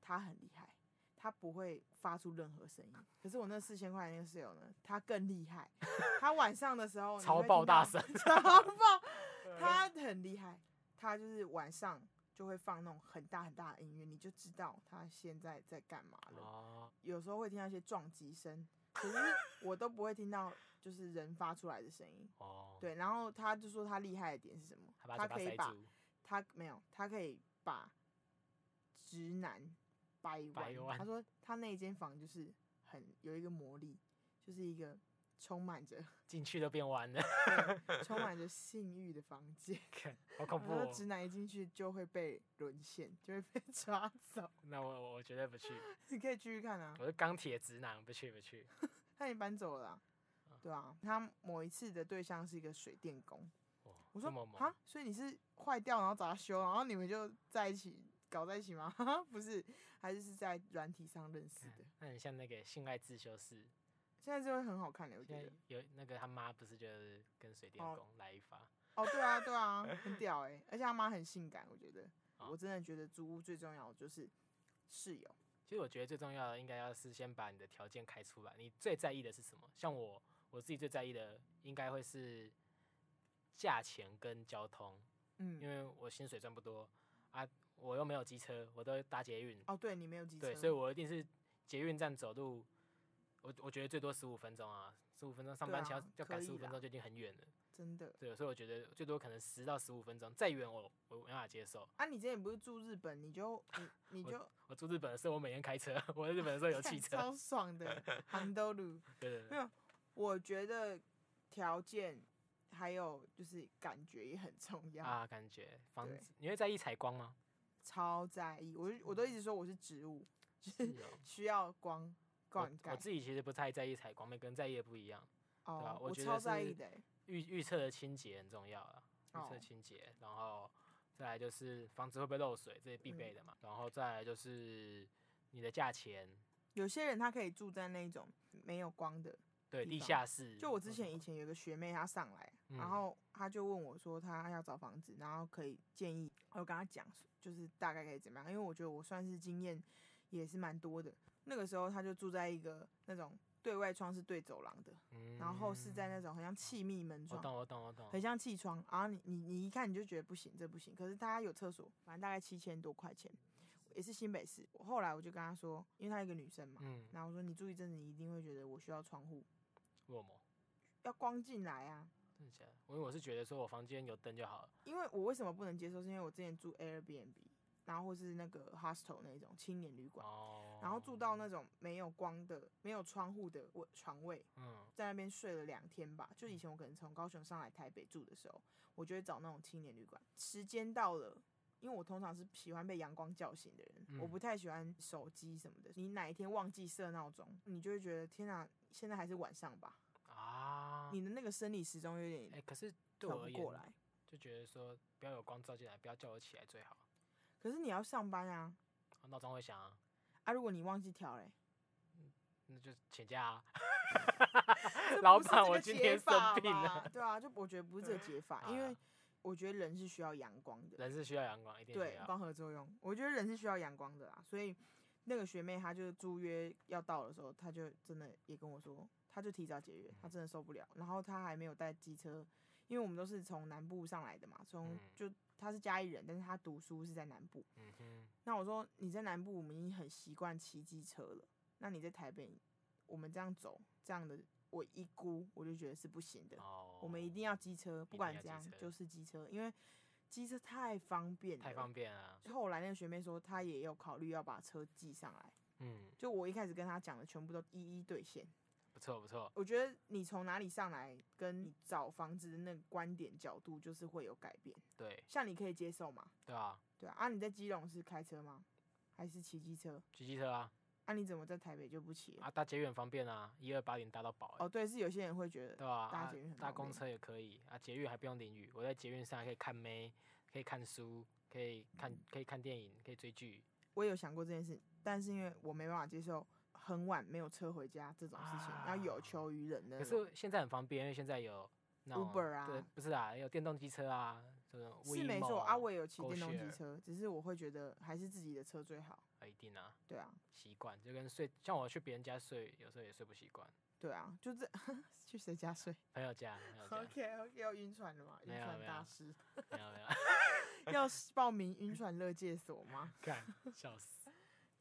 Speaker 1: 他很厉害，他不会发出任何声音。可是我那四千块的那个室友呢，他更厉害，他晚上的时候你
Speaker 2: 超
Speaker 1: 会听
Speaker 2: 爆大
Speaker 1: 到
Speaker 2: 声
Speaker 1: 超爆，他很厉害，他就是晚上就会放那种很大很大的音乐，你就知道他现在在干嘛了。
Speaker 2: 哦，
Speaker 1: 有时候会听到一些撞击声，可是我都不会听到就是人发出来的声音。
Speaker 2: 哦，，
Speaker 1: 对，然后他就说他厉害的点是什么？
Speaker 2: 他把嘴巴
Speaker 1: 可以
Speaker 2: 塞
Speaker 1: 把
Speaker 2: 住，
Speaker 1: 他没有，他可以把直男掰
Speaker 2: 掰
Speaker 1: 弯。
Speaker 2: 弯
Speaker 1: 他说他那一间房就是很有一个魔力，就是一个充满着
Speaker 2: 进去都变弯了，
Speaker 1: 对充满着性欲的房间。
Speaker 2: 看好恐
Speaker 1: 他
Speaker 2: 怖、
Speaker 1: 说
Speaker 2: 哦。
Speaker 1: 直男一进去就会被沦陷，就会被 抓走。
Speaker 2: 那我我我绝对不去，
Speaker 1: 你可以继续看啊，
Speaker 2: 我是钢铁直男，不去不去。
Speaker 1: 他已经搬走了啊、
Speaker 2: 嗯
Speaker 1: 对啊，他某一次的对象是一个水电工。
Speaker 2: 哦
Speaker 1: 我
Speaker 2: 这
Speaker 1: 说
Speaker 2: 么猛
Speaker 1: 哈，所以你是坏掉，然后找他修，然后你们就在一起搞在一起吗？ 不是，还是是在软体上认识的。
Speaker 2: 那啊很像那个性爱自修室，
Speaker 1: 现在就会很好看的，我觉
Speaker 2: 现在
Speaker 1: 得。
Speaker 2: 有那个他妈不是就是跟水电
Speaker 1: 哦
Speaker 2: 工来一发，
Speaker 1: 哦，对啊，对啊，很屌哎、而且他妈很性感，我觉得。
Speaker 2: 啊
Speaker 1: 我真的觉得租屋最重要的就是室友。
Speaker 2: 其实我觉得最重要的应该要是先把你的条件开出来，你最在意的是什么？像我我自己最在意的应该会是价钱跟交通，因
Speaker 1: 嗯，
Speaker 2: 为我薪水赚不多啊，我又没有机车，我都搭捷运，
Speaker 1: 哦，对你没有机车，
Speaker 2: 对，所以我一定是捷运站走路，我我觉得最多十五分钟啊，十五分钟上
Speaker 1: 对
Speaker 2: 班前要、
Speaker 1: 啊
Speaker 2: 要
Speaker 1: 可
Speaker 2: 赶
Speaker 1: 以
Speaker 2: 十五分
Speaker 1: 啦
Speaker 2: 钟就已经很远了，
Speaker 1: 真的。
Speaker 2: 对，所以我觉得最多可能十到十五分钟，再远我我没办法接受。
Speaker 1: 啊，你之前不是住日本，你就你你就
Speaker 2: 我住日本的时候，我每天开车； 我在日本的时候有汽
Speaker 1: 看
Speaker 2: 车。
Speaker 1: 超爽 的，杭州路。
Speaker 2: 对对
Speaker 1: 没
Speaker 2: 对，
Speaker 1: 有，我觉得条件还有就是感觉也很重要，
Speaker 2: 啊，感觉房
Speaker 1: 对
Speaker 2: 子，你会在意采 光吗？
Speaker 1: 超在意。
Speaker 2: 嗯
Speaker 1: 我就我都一直说我是植物，
Speaker 2: 是哦。
Speaker 1: 需要光
Speaker 2: 我
Speaker 1: 灌
Speaker 2: 我
Speaker 1: 溉。
Speaker 2: 自己其实不太在意采光，每个人在意的不一样。对啊
Speaker 1: 哦，
Speaker 2: 我觉得
Speaker 1: 超在
Speaker 2: 是
Speaker 1: 意的欸、
Speaker 2: 预预测的清洁很重要啊，预测
Speaker 1: 哦
Speaker 2: 清洁，然后再来就是房子会不会漏水，这是必
Speaker 1: 嗯
Speaker 2: 备的嘛。然后再来就是你的价钱，
Speaker 1: 有些人他可以住在那种没有光的。
Speaker 2: 对
Speaker 1: 地
Speaker 2: 地
Speaker 1: 方
Speaker 2: 下室。
Speaker 1: 就我之
Speaker 2: 或
Speaker 1: 前
Speaker 2: 什
Speaker 1: 以
Speaker 2: 么
Speaker 1: 前有个学妹，她上来，
Speaker 2: 嗯
Speaker 1: 然后她就问我说她要找房子，然后可以建议，我跟她讲就是大概可以怎么样，因为我觉得我算是经验也是蛮多的。那个时候她就住在一个那种对外窗是对走廊的，然后是在那
Speaker 2: 嗯
Speaker 1: 种很像气密门
Speaker 2: 我
Speaker 1: 窗，
Speaker 2: 懂我懂我懂，
Speaker 1: 很像气窗，然后你你你一看你就觉得不行，这不行。可是它有厕所，反正大概七千多块钱，也是新北市。我后来我就跟她说，因为她一个女生嘛，
Speaker 2: 嗯，
Speaker 1: 然后我说你住一阵子，你一定会觉得我需要窗户，
Speaker 2: 我么？
Speaker 1: 要光进来啊。
Speaker 2: 真的假的？因为我是觉得说我房间有灯就好了。
Speaker 1: 因为我为什么不能接受，是因为我之前住 Airbnb，然后或是那个 hostel 那种青年旅馆，
Speaker 2: 哦，
Speaker 1: 然后住到那种没有光的、没有窗户的位床位，
Speaker 2: 嗯
Speaker 1: 在那边睡了两天吧。就以前我可能从高雄上来台北住的时候，我就会找那种青年旅馆。时间到了，因为我通常是喜欢被阳光叫醒的人，我
Speaker 2: 嗯
Speaker 1: 不太喜欢手机什么的。你哪一天忘记设闹钟，你就会觉得天哪、现在还是晚上吧。
Speaker 2: 啊，
Speaker 1: 你的那个生理时钟有
Speaker 2: 哎、
Speaker 1: 点
Speaker 2: 可是对
Speaker 1: 转
Speaker 2: 我
Speaker 1: 不
Speaker 2: 而
Speaker 1: 过
Speaker 2: 言，
Speaker 1: 来。
Speaker 2: 就觉得说不要有光照进来，不要叫我起来最好。
Speaker 1: 可是你要上班啊
Speaker 2: 啊闹钟会响、啊，
Speaker 1: 啊！如果你忘记调嘞，
Speaker 2: 那就请假啊。
Speaker 1: 这
Speaker 2: 老
Speaker 1: 不是
Speaker 2: 板
Speaker 1: 这个
Speaker 2: 我今
Speaker 1: 解
Speaker 2: 天生
Speaker 1: 法
Speaker 2: 病了
Speaker 1: 嘛对啊，就我觉得不是这个解法，因
Speaker 2: 啊
Speaker 1: 为我觉得人是需要阳光的。
Speaker 2: 人是需要阳光，一定需
Speaker 1: 对，
Speaker 2: 要。
Speaker 1: 光合作用，我觉得人是需要阳光的啦。所以那个学妹她就租约要到的时候，她就真的也跟我说，她就提早解约，她真的受不了。然后她还没有带机车，因为我们都是从南部上来的嘛，从
Speaker 2: 嗯
Speaker 1: 就她是嘉义人，但是她读书是在南部。
Speaker 2: 嗯哼，
Speaker 1: 那我说你在南部，我们已经很习惯骑机车了，那你在台北，我们这样走这样的，我一估我就觉得是不行的。
Speaker 2: 哦，
Speaker 1: 我们一定要机车，不
Speaker 2: 定
Speaker 1: 管
Speaker 2: 要
Speaker 1: 怎
Speaker 2: 机
Speaker 1: 样
Speaker 2: 车
Speaker 1: 就是机车，因为机车太方便了，
Speaker 2: 太方便了。
Speaker 1: 后来那个学妹说，她也有考虑要把车寄上来。
Speaker 2: 嗯，
Speaker 1: 就我一开始跟她讲的，全部都一一兑现。
Speaker 2: 不错不错。
Speaker 1: 我觉得你从哪里上来，跟你找房子的那个观点角度，就是会有改变。
Speaker 2: 对
Speaker 1: 像你可以接受嘛？
Speaker 2: 对啊，
Speaker 1: 对啊，啊你在基隆是开车吗？还是骑机车？
Speaker 2: 骑机车啊，
Speaker 1: 啊，你怎么在台北就不骑了？
Speaker 2: 啊搭捷运很方便啊，一二八零搭到饱、欸。
Speaker 1: 哦，对，是有些人会觉得，
Speaker 2: 对啊，
Speaker 1: 搭
Speaker 2: 啊
Speaker 1: 捷运很
Speaker 2: 搭
Speaker 1: 方
Speaker 2: 公
Speaker 1: 便
Speaker 2: 车也可以啊，捷运还不用淋雨。我在捷运上还可以看妹，可以看书，可以
Speaker 1: 嗯
Speaker 2: 看可以看电影，可以追剧
Speaker 1: 我也有想过这件事，但是因为我没办法接受很晚没有车回家这种事情，要有
Speaker 2: 啊
Speaker 1: 求于人的
Speaker 2: 可
Speaker 1: 那种。
Speaker 2: 是现在很方便，因为现在有那种
Speaker 1: Uber 啊
Speaker 2: 对，不是啊，有电动机车啊，这种
Speaker 1: 是没错啊，我也有骑
Speaker 2: 狗
Speaker 1: 电动机
Speaker 2: 血
Speaker 1: 车，只是我会觉得还是自己的车最好。
Speaker 2: 啊一定啊，
Speaker 1: 对啊，
Speaker 2: 习惯就跟睡，像我去别人家睡，有时候也睡不习惯，
Speaker 1: 对啊，就这 去谁家睡
Speaker 2: 朋友家，朋 友家，
Speaker 1: ？OK OK，要晕船了吗？晕
Speaker 2: 没有
Speaker 1: 船
Speaker 2: 没
Speaker 1: 大
Speaker 2: 有
Speaker 1: 师
Speaker 2: 没有没有，
Speaker 1: 要是报名晕船乐界所吗？
Speaker 2: 看笑死，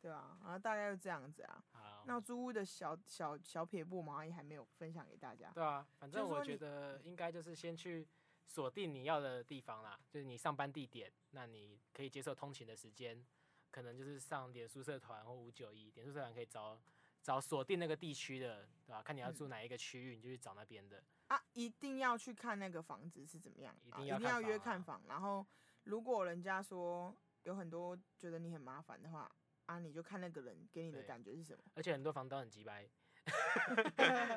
Speaker 1: 对啊，然后大概就这样子啊。
Speaker 2: 好，
Speaker 1: 那租屋的小小小撇步嘛，也还没有分享给大家。
Speaker 2: 对啊，反
Speaker 1: 就是
Speaker 2: 正我
Speaker 1: 说
Speaker 2: 觉
Speaker 1: 你
Speaker 2: 得应该就是先去锁定你要的地方啦，就是你上班地点，那你可以接受通勤的时间，可能就是上脸书社团或五九一，脸书社团可以找找锁定那个地区的，对吧、看你要
Speaker 1: 嗯
Speaker 2: 住哪一个区域，你就去找那边的。
Speaker 1: 啊，一定要去看那个房子是怎么样，
Speaker 2: 一
Speaker 1: 啊
Speaker 2: 定
Speaker 1: 一
Speaker 2: 要
Speaker 1: 定
Speaker 2: 看
Speaker 1: 要约
Speaker 2: 房啊
Speaker 1: 看房。然后如果人家说有很多觉得你很麻烦的话，啊，你就看那个人给你的
Speaker 2: 对
Speaker 1: 感觉是 什么。
Speaker 2: 而且很多房东很鸡掰，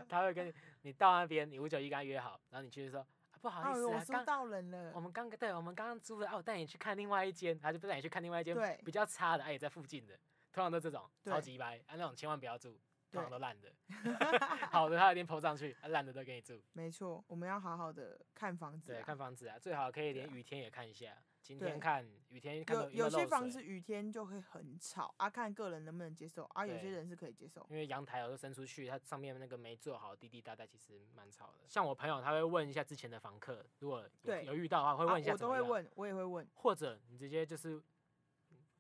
Speaker 2: 他会跟你你到那边，你五九一跟他约好，然后你去就说、啊、不好
Speaker 1: 啊，
Speaker 2: 意思、
Speaker 1: 我
Speaker 2: 啊，
Speaker 1: 租
Speaker 2: 刚、
Speaker 1: 到人了
Speaker 2: 我。们刚对我们刚刚租了，哦、我带你去看另外一间，他就不带你去看另外一间
Speaker 1: 对
Speaker 2: 比较差的，哎、也在附近的，通常都这种超
Speaker 1: 对
Speaker 2: 级白，啊那种千万不要住，通常
Speaker 1: 对
Speaker 2: 都烂 的，好的他一定抛上去，啊烂的都给你住，
Speaker 1: 没错，我们要好好的看房子
Speaker 2: 对，
Speaker 1: 啊。
Speaker 2: 看房子啊，最好可以
Speaker 1: 对
Speaker 2: 连
Speaker 1: 啊
Speaker 2: 雨天也看一下，今
Speaker 1: 对
Speaker 2: 天看雨天看
Speaker 1: 有
Speaker 2: 到
Speaker 1: 有
Speaker 2: 没
Speaker 1: 些
Speaker 2: 漏
Speaker 1: 房
Speaker 2: 水
Speaker 1: 子雨天就会很吵啊，看个人能不能接受啊。有些
Speaker 2: 对
Speaker 1: 人是可以接受，
Speaker 2: 因为阳台有时候伸出去，它上面那个没做好，滴滴答答，其实蛮吵的。像我朋友他会问一下之前的房客，如果有
Speaker 1: 对
Speaker 2: 有遇到的话，会问一
Speaker 1: 啊、
Speaker 2: 下
Speaker 1: 我
Speaker 2: 怎
Speaker 1: 都
Speaker 2: 么
Speaker 1: 会
Speaker 2: 样，
Speaker 1: 问，我也会问。
Speaker 2: 或者你直接就是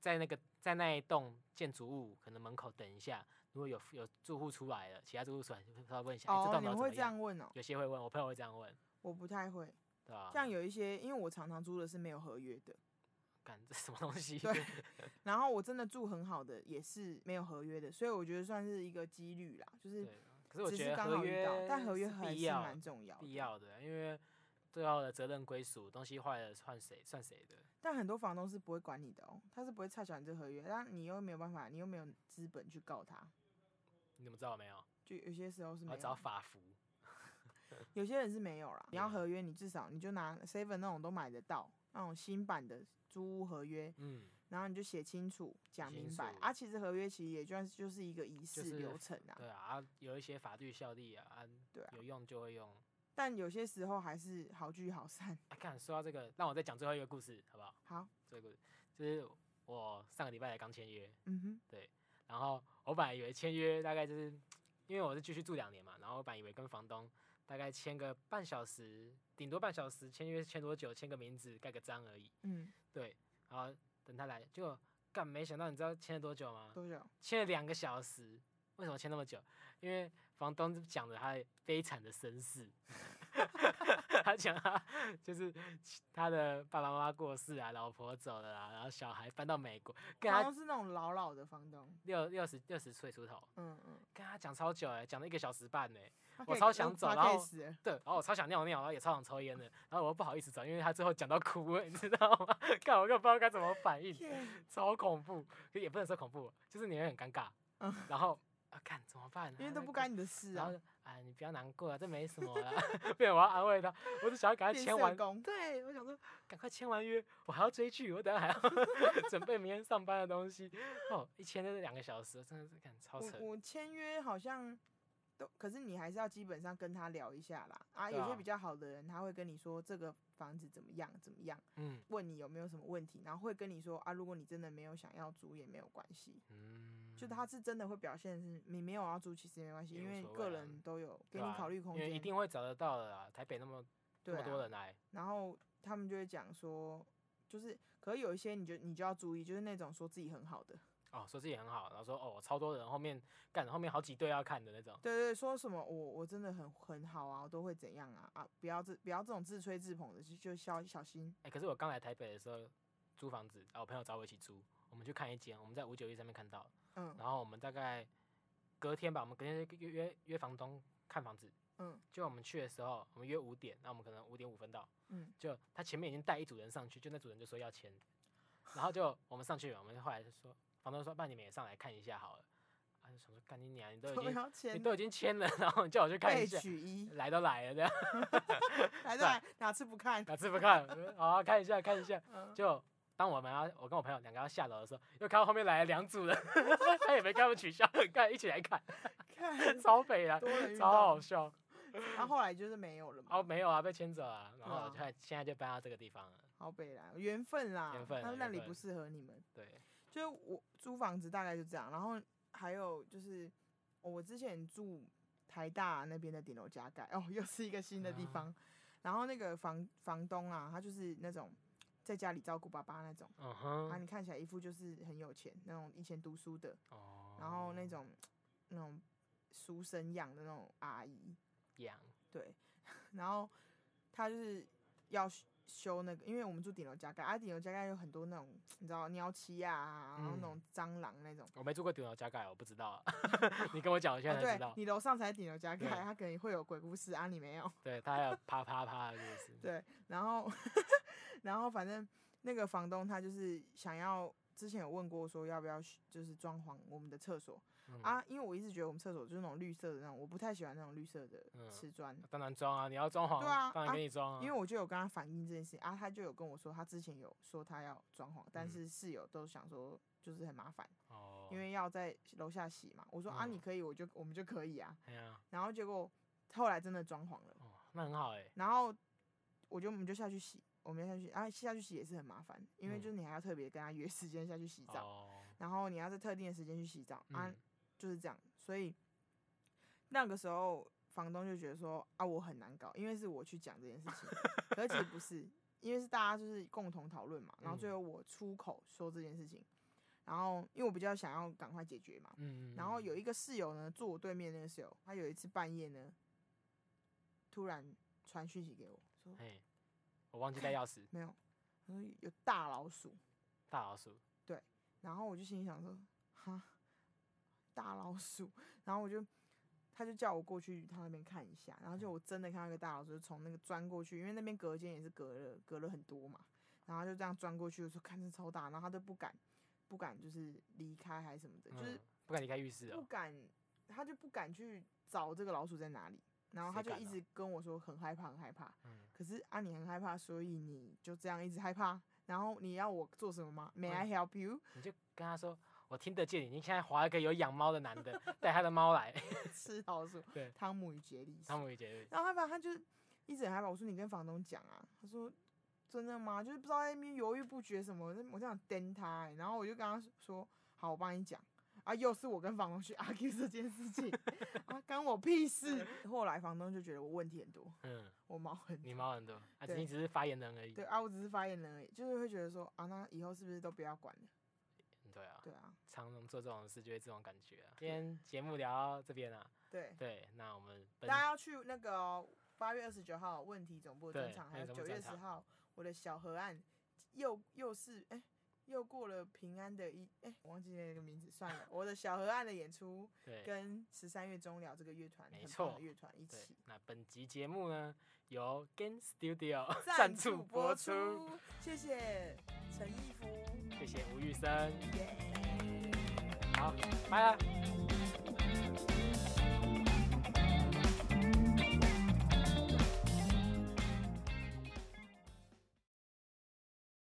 Speaker 2: 在那个在那一栋建筑物可能门口等一下，如果有有住户出来了，其他住户出来就稍微问一下，哎这
Speaker 1: 哦，
Speaker 2: 栋
Speaker 1: 你们
Speaker 2: 楼怎
Speaker 1: 会
Speaker 2: 么
Speaker 1: 这样问哦？
Speaker 2: 有些会问，我朋友会这样问，
Speaker 1: 我不太会，
Speaker 2: 对吧、
Speaker 1: 像有一些，因为我常常租的是没有合约的，
Speaker 2: 干这什么东 西？
Speaker 1: 对然后我真的住很好的也是没有合约的，所以我觉得算是一个几率啦，就是
Speaker 2: 对可是我
Speaker 1: 只
Speaker 2: 觉
Speaker 1: 是
Speaker 2: 得
Speaker 1: 刚
Speaker 2: 合
Speaker 1: 好遇
Speaker 2: 约
Speaker 1: 到，，但合约还
Speaker 2: 必
Speaker 1: 是
Speaker 2: 要
Speaker 1: 蛮重要
Speaker 2: 必
Speaker 1: 的。
Speaker 2: 要的，因为最后的责任归属，东西坏了算谁算谁的。
Speaker 1: 但很多房东是不会管你的哦，他是不会拆小你这合约，但你又没有办法，你又没有资本去告他，
Speaker 2: 你怎么知道没有？
Speaker 1: 就有些时候是
Speaker 2: 我
Speaker 1: 没
Speaker 2: 要
Speaker 1: 有
Speaker 2: 哦找
Speaker 1: 的。
Speaker 2: 法服。
Speaker 1: 有些人是没有啦，你要
Speaker 2: 对啊
Speaker 1: 合约，你至少你就拿 seven 那种都买得到，那种新版的租屋合约，
Speaker 2: 嗯，
Speaker 1: 然后你就写清楚、讲
Speaker 2: 清
Speaker 1: 明白
Speaker 2: 楚
Speaker 1: 啊。其实合约其实也就就是一个仪式
Speaker 2: 是
Speaker 1: 流程啊，
Speaker 2: 对啊，啊有一些法律效力啊，啊
Speaker 1: 对啊。
Speaker 2: 有用就会用。
Speaker 1: 但有些时候还是好聚好散。
Speaker 2: 啊，看说到这个，让我再讲最后一个故事，好不好？
Speaker 1: 好，
Speaker 2: 最后一个故事就是我上个礼拜才刚签约，
Speaker 1: 嗯哼，
Speaker 2: 然后我本来以为签约大概就是，因为我是继续住两年嘛，然后我本来以为跟房东大概签个半小时，顶多半小时，签约签多久，签个名字，盖个章而已。
Speaker 1: 嗯，
Speaker 2: 对，然后等他来，结果干没想到，你知道签了多久吗？
Speaker 1: 多久？
Speaker 2: 签了两个小时。为什么签那么久？因为房东讲了他悲惨的身世， 他讲他就是他的爸爸妈妈过世啊，老婆走了啊，然后小孩搬到美国，跟
Speaker 1: 好
Speaker 2: 他
Speaker 1: 像是那种老老的房东，
Speaker 2: 六六十六十岁出头，
Speaker 1: 嗯嗯，
Speaker 2: 跟他讲超久哎、讲了一个小时半呢、
Speaker 1: 他
Speaker 2: 我
Speaker 1: 可以
Speaker 2: 超
Speaker 1: 录
Speaker 2: 想走然后嗯
Speaker 1: podcast 欸
Speaker 2: 对，然后我超想尿尿，然后也超想抽烟的，然后我又不好意思走，因为他最后讲到哭了，你知道吗？ 看我根本不知道该怎么反应，
Speaker 1: 天，
Speaker 2: 超恐怖，可也不能说恐怖，就是你会很尴尬，
Speaker 1: 嗯
Speaker 2: 然后啊，看怎么办、啊？
Speaker 1: 因为都
Speaker 2: 那
Speaker 1: 不
Speaker 2: 个
Speaker 1: 干你的事
Speaker 2: 然
Speaker 1: 啊
Speaker 2: 后，就哎，你不要难过啊，这没什么啦。 没有，我要安慰他，我只想要赶快
Speaker 1: 变
Speaker 2: 签
Speaker 1: 社
Speaker 2: 完。
Speaker 1: 工
Speaker 2: 对，我想说赶快签完约，我还要追剧，我等下还要 准备明天上班的东西。哦，一签就是两个小时，真的是感超扯
Speaker 1: 我。我签约好像都，可是你还是要基本上跟他聊一下啦。啊，
Speaker 2: 对
Speaker 1: 有
Speaker 2: 啊
Speaker 1: 些比较好的人，他会跟你说这个房子怎么样怎么样，
Speaker 2: 嗯
Speaker 1: 问你有没有什么问题，然后会跟你说啊，如果你真的没有想要租也没有关系。
Speaker 2: 嗯，
Speaker 1: 就他是真的会表现是你没有要租，其实没关系，
Speaker 2: 也
Speaker 1: 因
Speaker 2: 无
Speaker 1: 为
Speaker 2: 所谓
Speaker 1: 个
Speaker 2: 啊
Speaker 1: 人都有给
Speaker 2: 对
Speaker 1: 你
Speaker 2: 啊
Speaker 1: 考虑空
Speaker 2: 因为
Speaker 1: 间，
Speaker 2: 一定会找得到的啦。台北那么那
Speaker 1: 对
Speaker 2: 么多
Speaker 1: 啊。
Speaker 2: 人来，
Speaker 1: 然后他们就会讲说，就是可是有一些你就你就要注意，就是那种说自己很好的，
Speaker 2: 哦，说自己很好，然后说哦，超多人，后面干后面好几队要看的那种。
Speaker 1: 对对，说什么我我真的很很好啊，我都会怎样啊啊！不要这不要这种自吹自捧的，就就小小心。
Speaker 2: 哎、可是我刚来台北的时候租房子，啊，我朋友找我一起租，我们去看一间，我们在五九一上面看到。
Speaker 1: 嗯
Speaker 2: 然后我们大概隔天吧，我们隔天就约约约房东看房子。
Speaker 1: 嗯
Speaker 2: 就我们去的时候，我们约五点，那我们可能五点五分到，
Speaker 1: 嗯，
Speaker 2: 就他前面已经带一组人上去，就那组人就说要签，然后就我们上去了，我们后来就说，房东说，那你们也上来看一下好了。啊，就想说，干你娘，你都已
Speaker 1: 都要
Speaker 2: 经你
Speaker 1: 啊签
Speaker 2: 都已经签了，然后你叫我去看一
Speaker 1: 被
Speaker 2: 下，啊
Speaker 1: 取 一，
Speaker 2: 来都来了这样，
Speaker 1: 来
Speaker 2: 算
Speaker 1: 来哪次不 看？
Speaker 2: 哪次不看？我说好、啊，看一下看一下。
Speaker 1: 嗯，
Speaker 2: 就当我们要我跟我朋友两个要下楼的时候，又看到后面来了两组人， 他也没跟他们取消，干一起来看，
Speaker 1: 看
Speaker 2: 超北啊，
Speaker 1: 多人运
Speaker 2: 超好
Speaker 1: 动。
Speaker 2: 笑。
Speaker 1: 然后后来就是没有了嘛，
Speaker 2: 哦，没有啊，被牵走啊，然后
Speaker 1: 啊
Speaker 2: 就现在就搬到这个地方了。
Speaker 1: 好北啦，缘分啦，
Speaker 2: 缘分啊
Speaker 1: 他们那
Speaker 2: 缘
Speaker 1: 里
Speaker 2: 分
Speaker 1: 不适合你们。
Speaker 2: 对，
Speaker 1: 就是我租房子大概就这样，然后还有就是我之前住台大那边的顶楼加盖，哦，又是一个新的地
Speaker 2: 啊
Speaker 1: 方。然后那个房房东啊，他就是那种在家里照顾爸爸那种，
Speaker 2: 嗯
Speaker 1: 啊，
Speaker 2: 哼，
Speaker 1: 你看起来一副就是很有钱那种，以前读书的，
Speaker 2: 哦
Speaker 1: 啊然后那种那种书生样的那种阿姨，
Speaker 2: 养，
Speaker 1: 对，然后他就是要修修那个，因为我们住顶楼加盖，啊，顶楼加盖有很多那种你知道鸟栖啊，
Speaker 2: 嗯
Speaker 1: 然后那种蟑螂那种。
Speaker 2: 我没住过顶楼加盖，我不知道啊， 你跟我讲，我现
Speaker 1: 啊，
Speaker 2: 在才
Speaker 1: 对
Speaker 2: 知道。
Speaker 1: 你楼上才顶楼加盖，
Speaker 2: 对
Speaker 1: 他可能会有鬼故事啊，你没有。
Speaker 2: 对，他还有啪啪啪的故事。
Speaker 1: 对，然后然后反正那个房东他就是想要，之前有问过说要不要就是装潢我们的厕所、
Speaker 2: 嗯，
Speaker 1: 啊，因为我一直觉得我们厕所就是那种绿色的那种，我不太喜欢那种绿色的
Speaker 2: 嗯
Speaker 1: 瓷砖。
Speaker 2: 当然装啊，你要装潢，
Speaker 1: 对啊
Speaker 2: 当然
Speaker 1: 啊
Speaker 2: 给你装啊。
Speaker 1: 因为我就有跟他反映这件事情啊，他就有跟我说，他之前有说他要装潢，但
Speaker 2: 嗯
Speaker 1: 是室友都想说就是很麻烦，
Speaker 2: 哦，
Speaker 1: 因为要在楼下洗嘛。我说啊，
Speaker 2: 嗯
Speaker 1: 你可以，我就我们就可以啊。
Speaker 2: 哎呀，
Speaker 1: 然后结果后来真的装潢了，
Speaker 2: 哦，那很好哎，
Speaker 1: 然后我就我们就下去洗，我们下去啊下去洗也是很麻烦，因为
Speaker 2: 嗯
Speaker 1: 就是你还要特别跟他约时间下去洗澡，
Speaker 2: 哦，
Speaker 1: 然后你要在特定的时间去洗澡啊
Speaker 2: 嗯，，
Speaker 1: 就是这样。所以那个时候房东就觉得说啊，我很难搞，因为是我去讲这件事 情，可是其实不是，因为是大家就是共同讨论嘛，然后最
Speaker 2: 嗯
Speaker 1: 后我出口说这件事情，然后因为我比较想要赶快解决嘛，
Speaker 2: 嗯，
Speaker 1: 然后有
Speaker 2: 一
Speaker 1: 一个室友呢，坐我对面那个室友，他有一次半夜呢，突然传讯息给我说
Speaker 2: 哎，我忘记带钥匙，
Speaker 1: 没有，他说有大老鼠，
Speaker 2: 大老鼠，
Speaker 1: 然后我就心里想说，哈，大老鼠，然后我就，他就叫我过去他那边看一下，然后
Speaker 2: 嗯
Speaker 1: 就我真的看到一个大老鼠就从那个钻过去，因为那边隔间也是隔了隔了很多嘛，然后就这样钻过去，我说看这超大，然后他都不敢不敢就是离开还是什么的， 就是
Speaker 2: 嗯不敢离开浴室
Speaker 1: 不
Speaker 2: 哦，
Speaker 1: 敢，他就不敢去找这个老鼠在哪里，然后
Speaker 2: 谁
Speaker 1: 他就
Speaker 2: 敢
Speaker 1: 一
Speaker 2: 啊
Speaker 1: 直跟我说很害怕很害怕，
Speaker 2: 嗯，
Speaker 1: 可是啊，你很害怕，所以你就这样一直害怕，然后你要我做什么吗？May I help you？
Speaker 2: 你就跟他说，我听得见你，你现在划一个有养猫的男的，带他的猫来，
Speaker 1: 吃老鼠，
Speaker 2: 对
Speaker 1: 汤姆与杰里斯
Speaker 2: 汤。姆与杰瑞，
Speaker 1: 然后他把他就一直很害怕，我说你跟房东讲啊，他说真的吗？就是不知道在那边犹豫不决什么，我这样蹬他、欸，然后我就跟他说好，我帮你讲。啊，又是我跟房东去 argue 这件事情， 啊，干我屁事。后来房东就觉得我问题很多，
Speaker 2: 嗯。
Speaker 1: 我毛很
Speaker 2: 你猫很多，啊，
Speaker 1: 对
Speaker 2: 你只是发言人而已。
Speaker 1: 对啊，我只是发言人而已，就是会觉得说啊，那以后是不是都不要管了？
Speaker 2: 对啊，
Speaker 1: 对啊，
Speaker 2: 常常做这种事就会这种感觉啊。今天节目聊到这边啊，
Speaker 1: 对，
Speaker 2: 对，那我们本
Speaker 1: 大家要去那个哦八月二十九号问题总部登
Speaker 2: 对
Speaker 1: 场，还
Speaker 2: 问
Speaker 1: 有
Speaker 2: 题总
Speaker 1: 九
Speaker 2: 部
Speaker 1: 月
Speaker 2: 登
Speaker 1: 十
Speaker 2: 场
Speaker 1: 号我的小河岸又又是哎、又过了平安的一哎、我忘记那个名字，算了，我的小河岸的演出
Speaker 2: 对
Speaker 1: 跟十三月中聊这个乐团，
Speaker 2: 没
Speaker 1: 很棒
Speaker 2: 错
Speaker 1: 的乐团一
Speaker 2: 对
Speaker 1: 起。
Speaker 2: 那本集节目呢，由 Gain Studio
Speaker 1: 赞
Speaker 2: 助
Speaker 1: 助播
Speaker 2: 出，
Speaker 1: 出，谢谢陈义夫，
Speaker 2: 谢谢吴玉生，
Speaker 1: 耶、
Speaker 2: 好，拜了。
Speaker 1: 拜。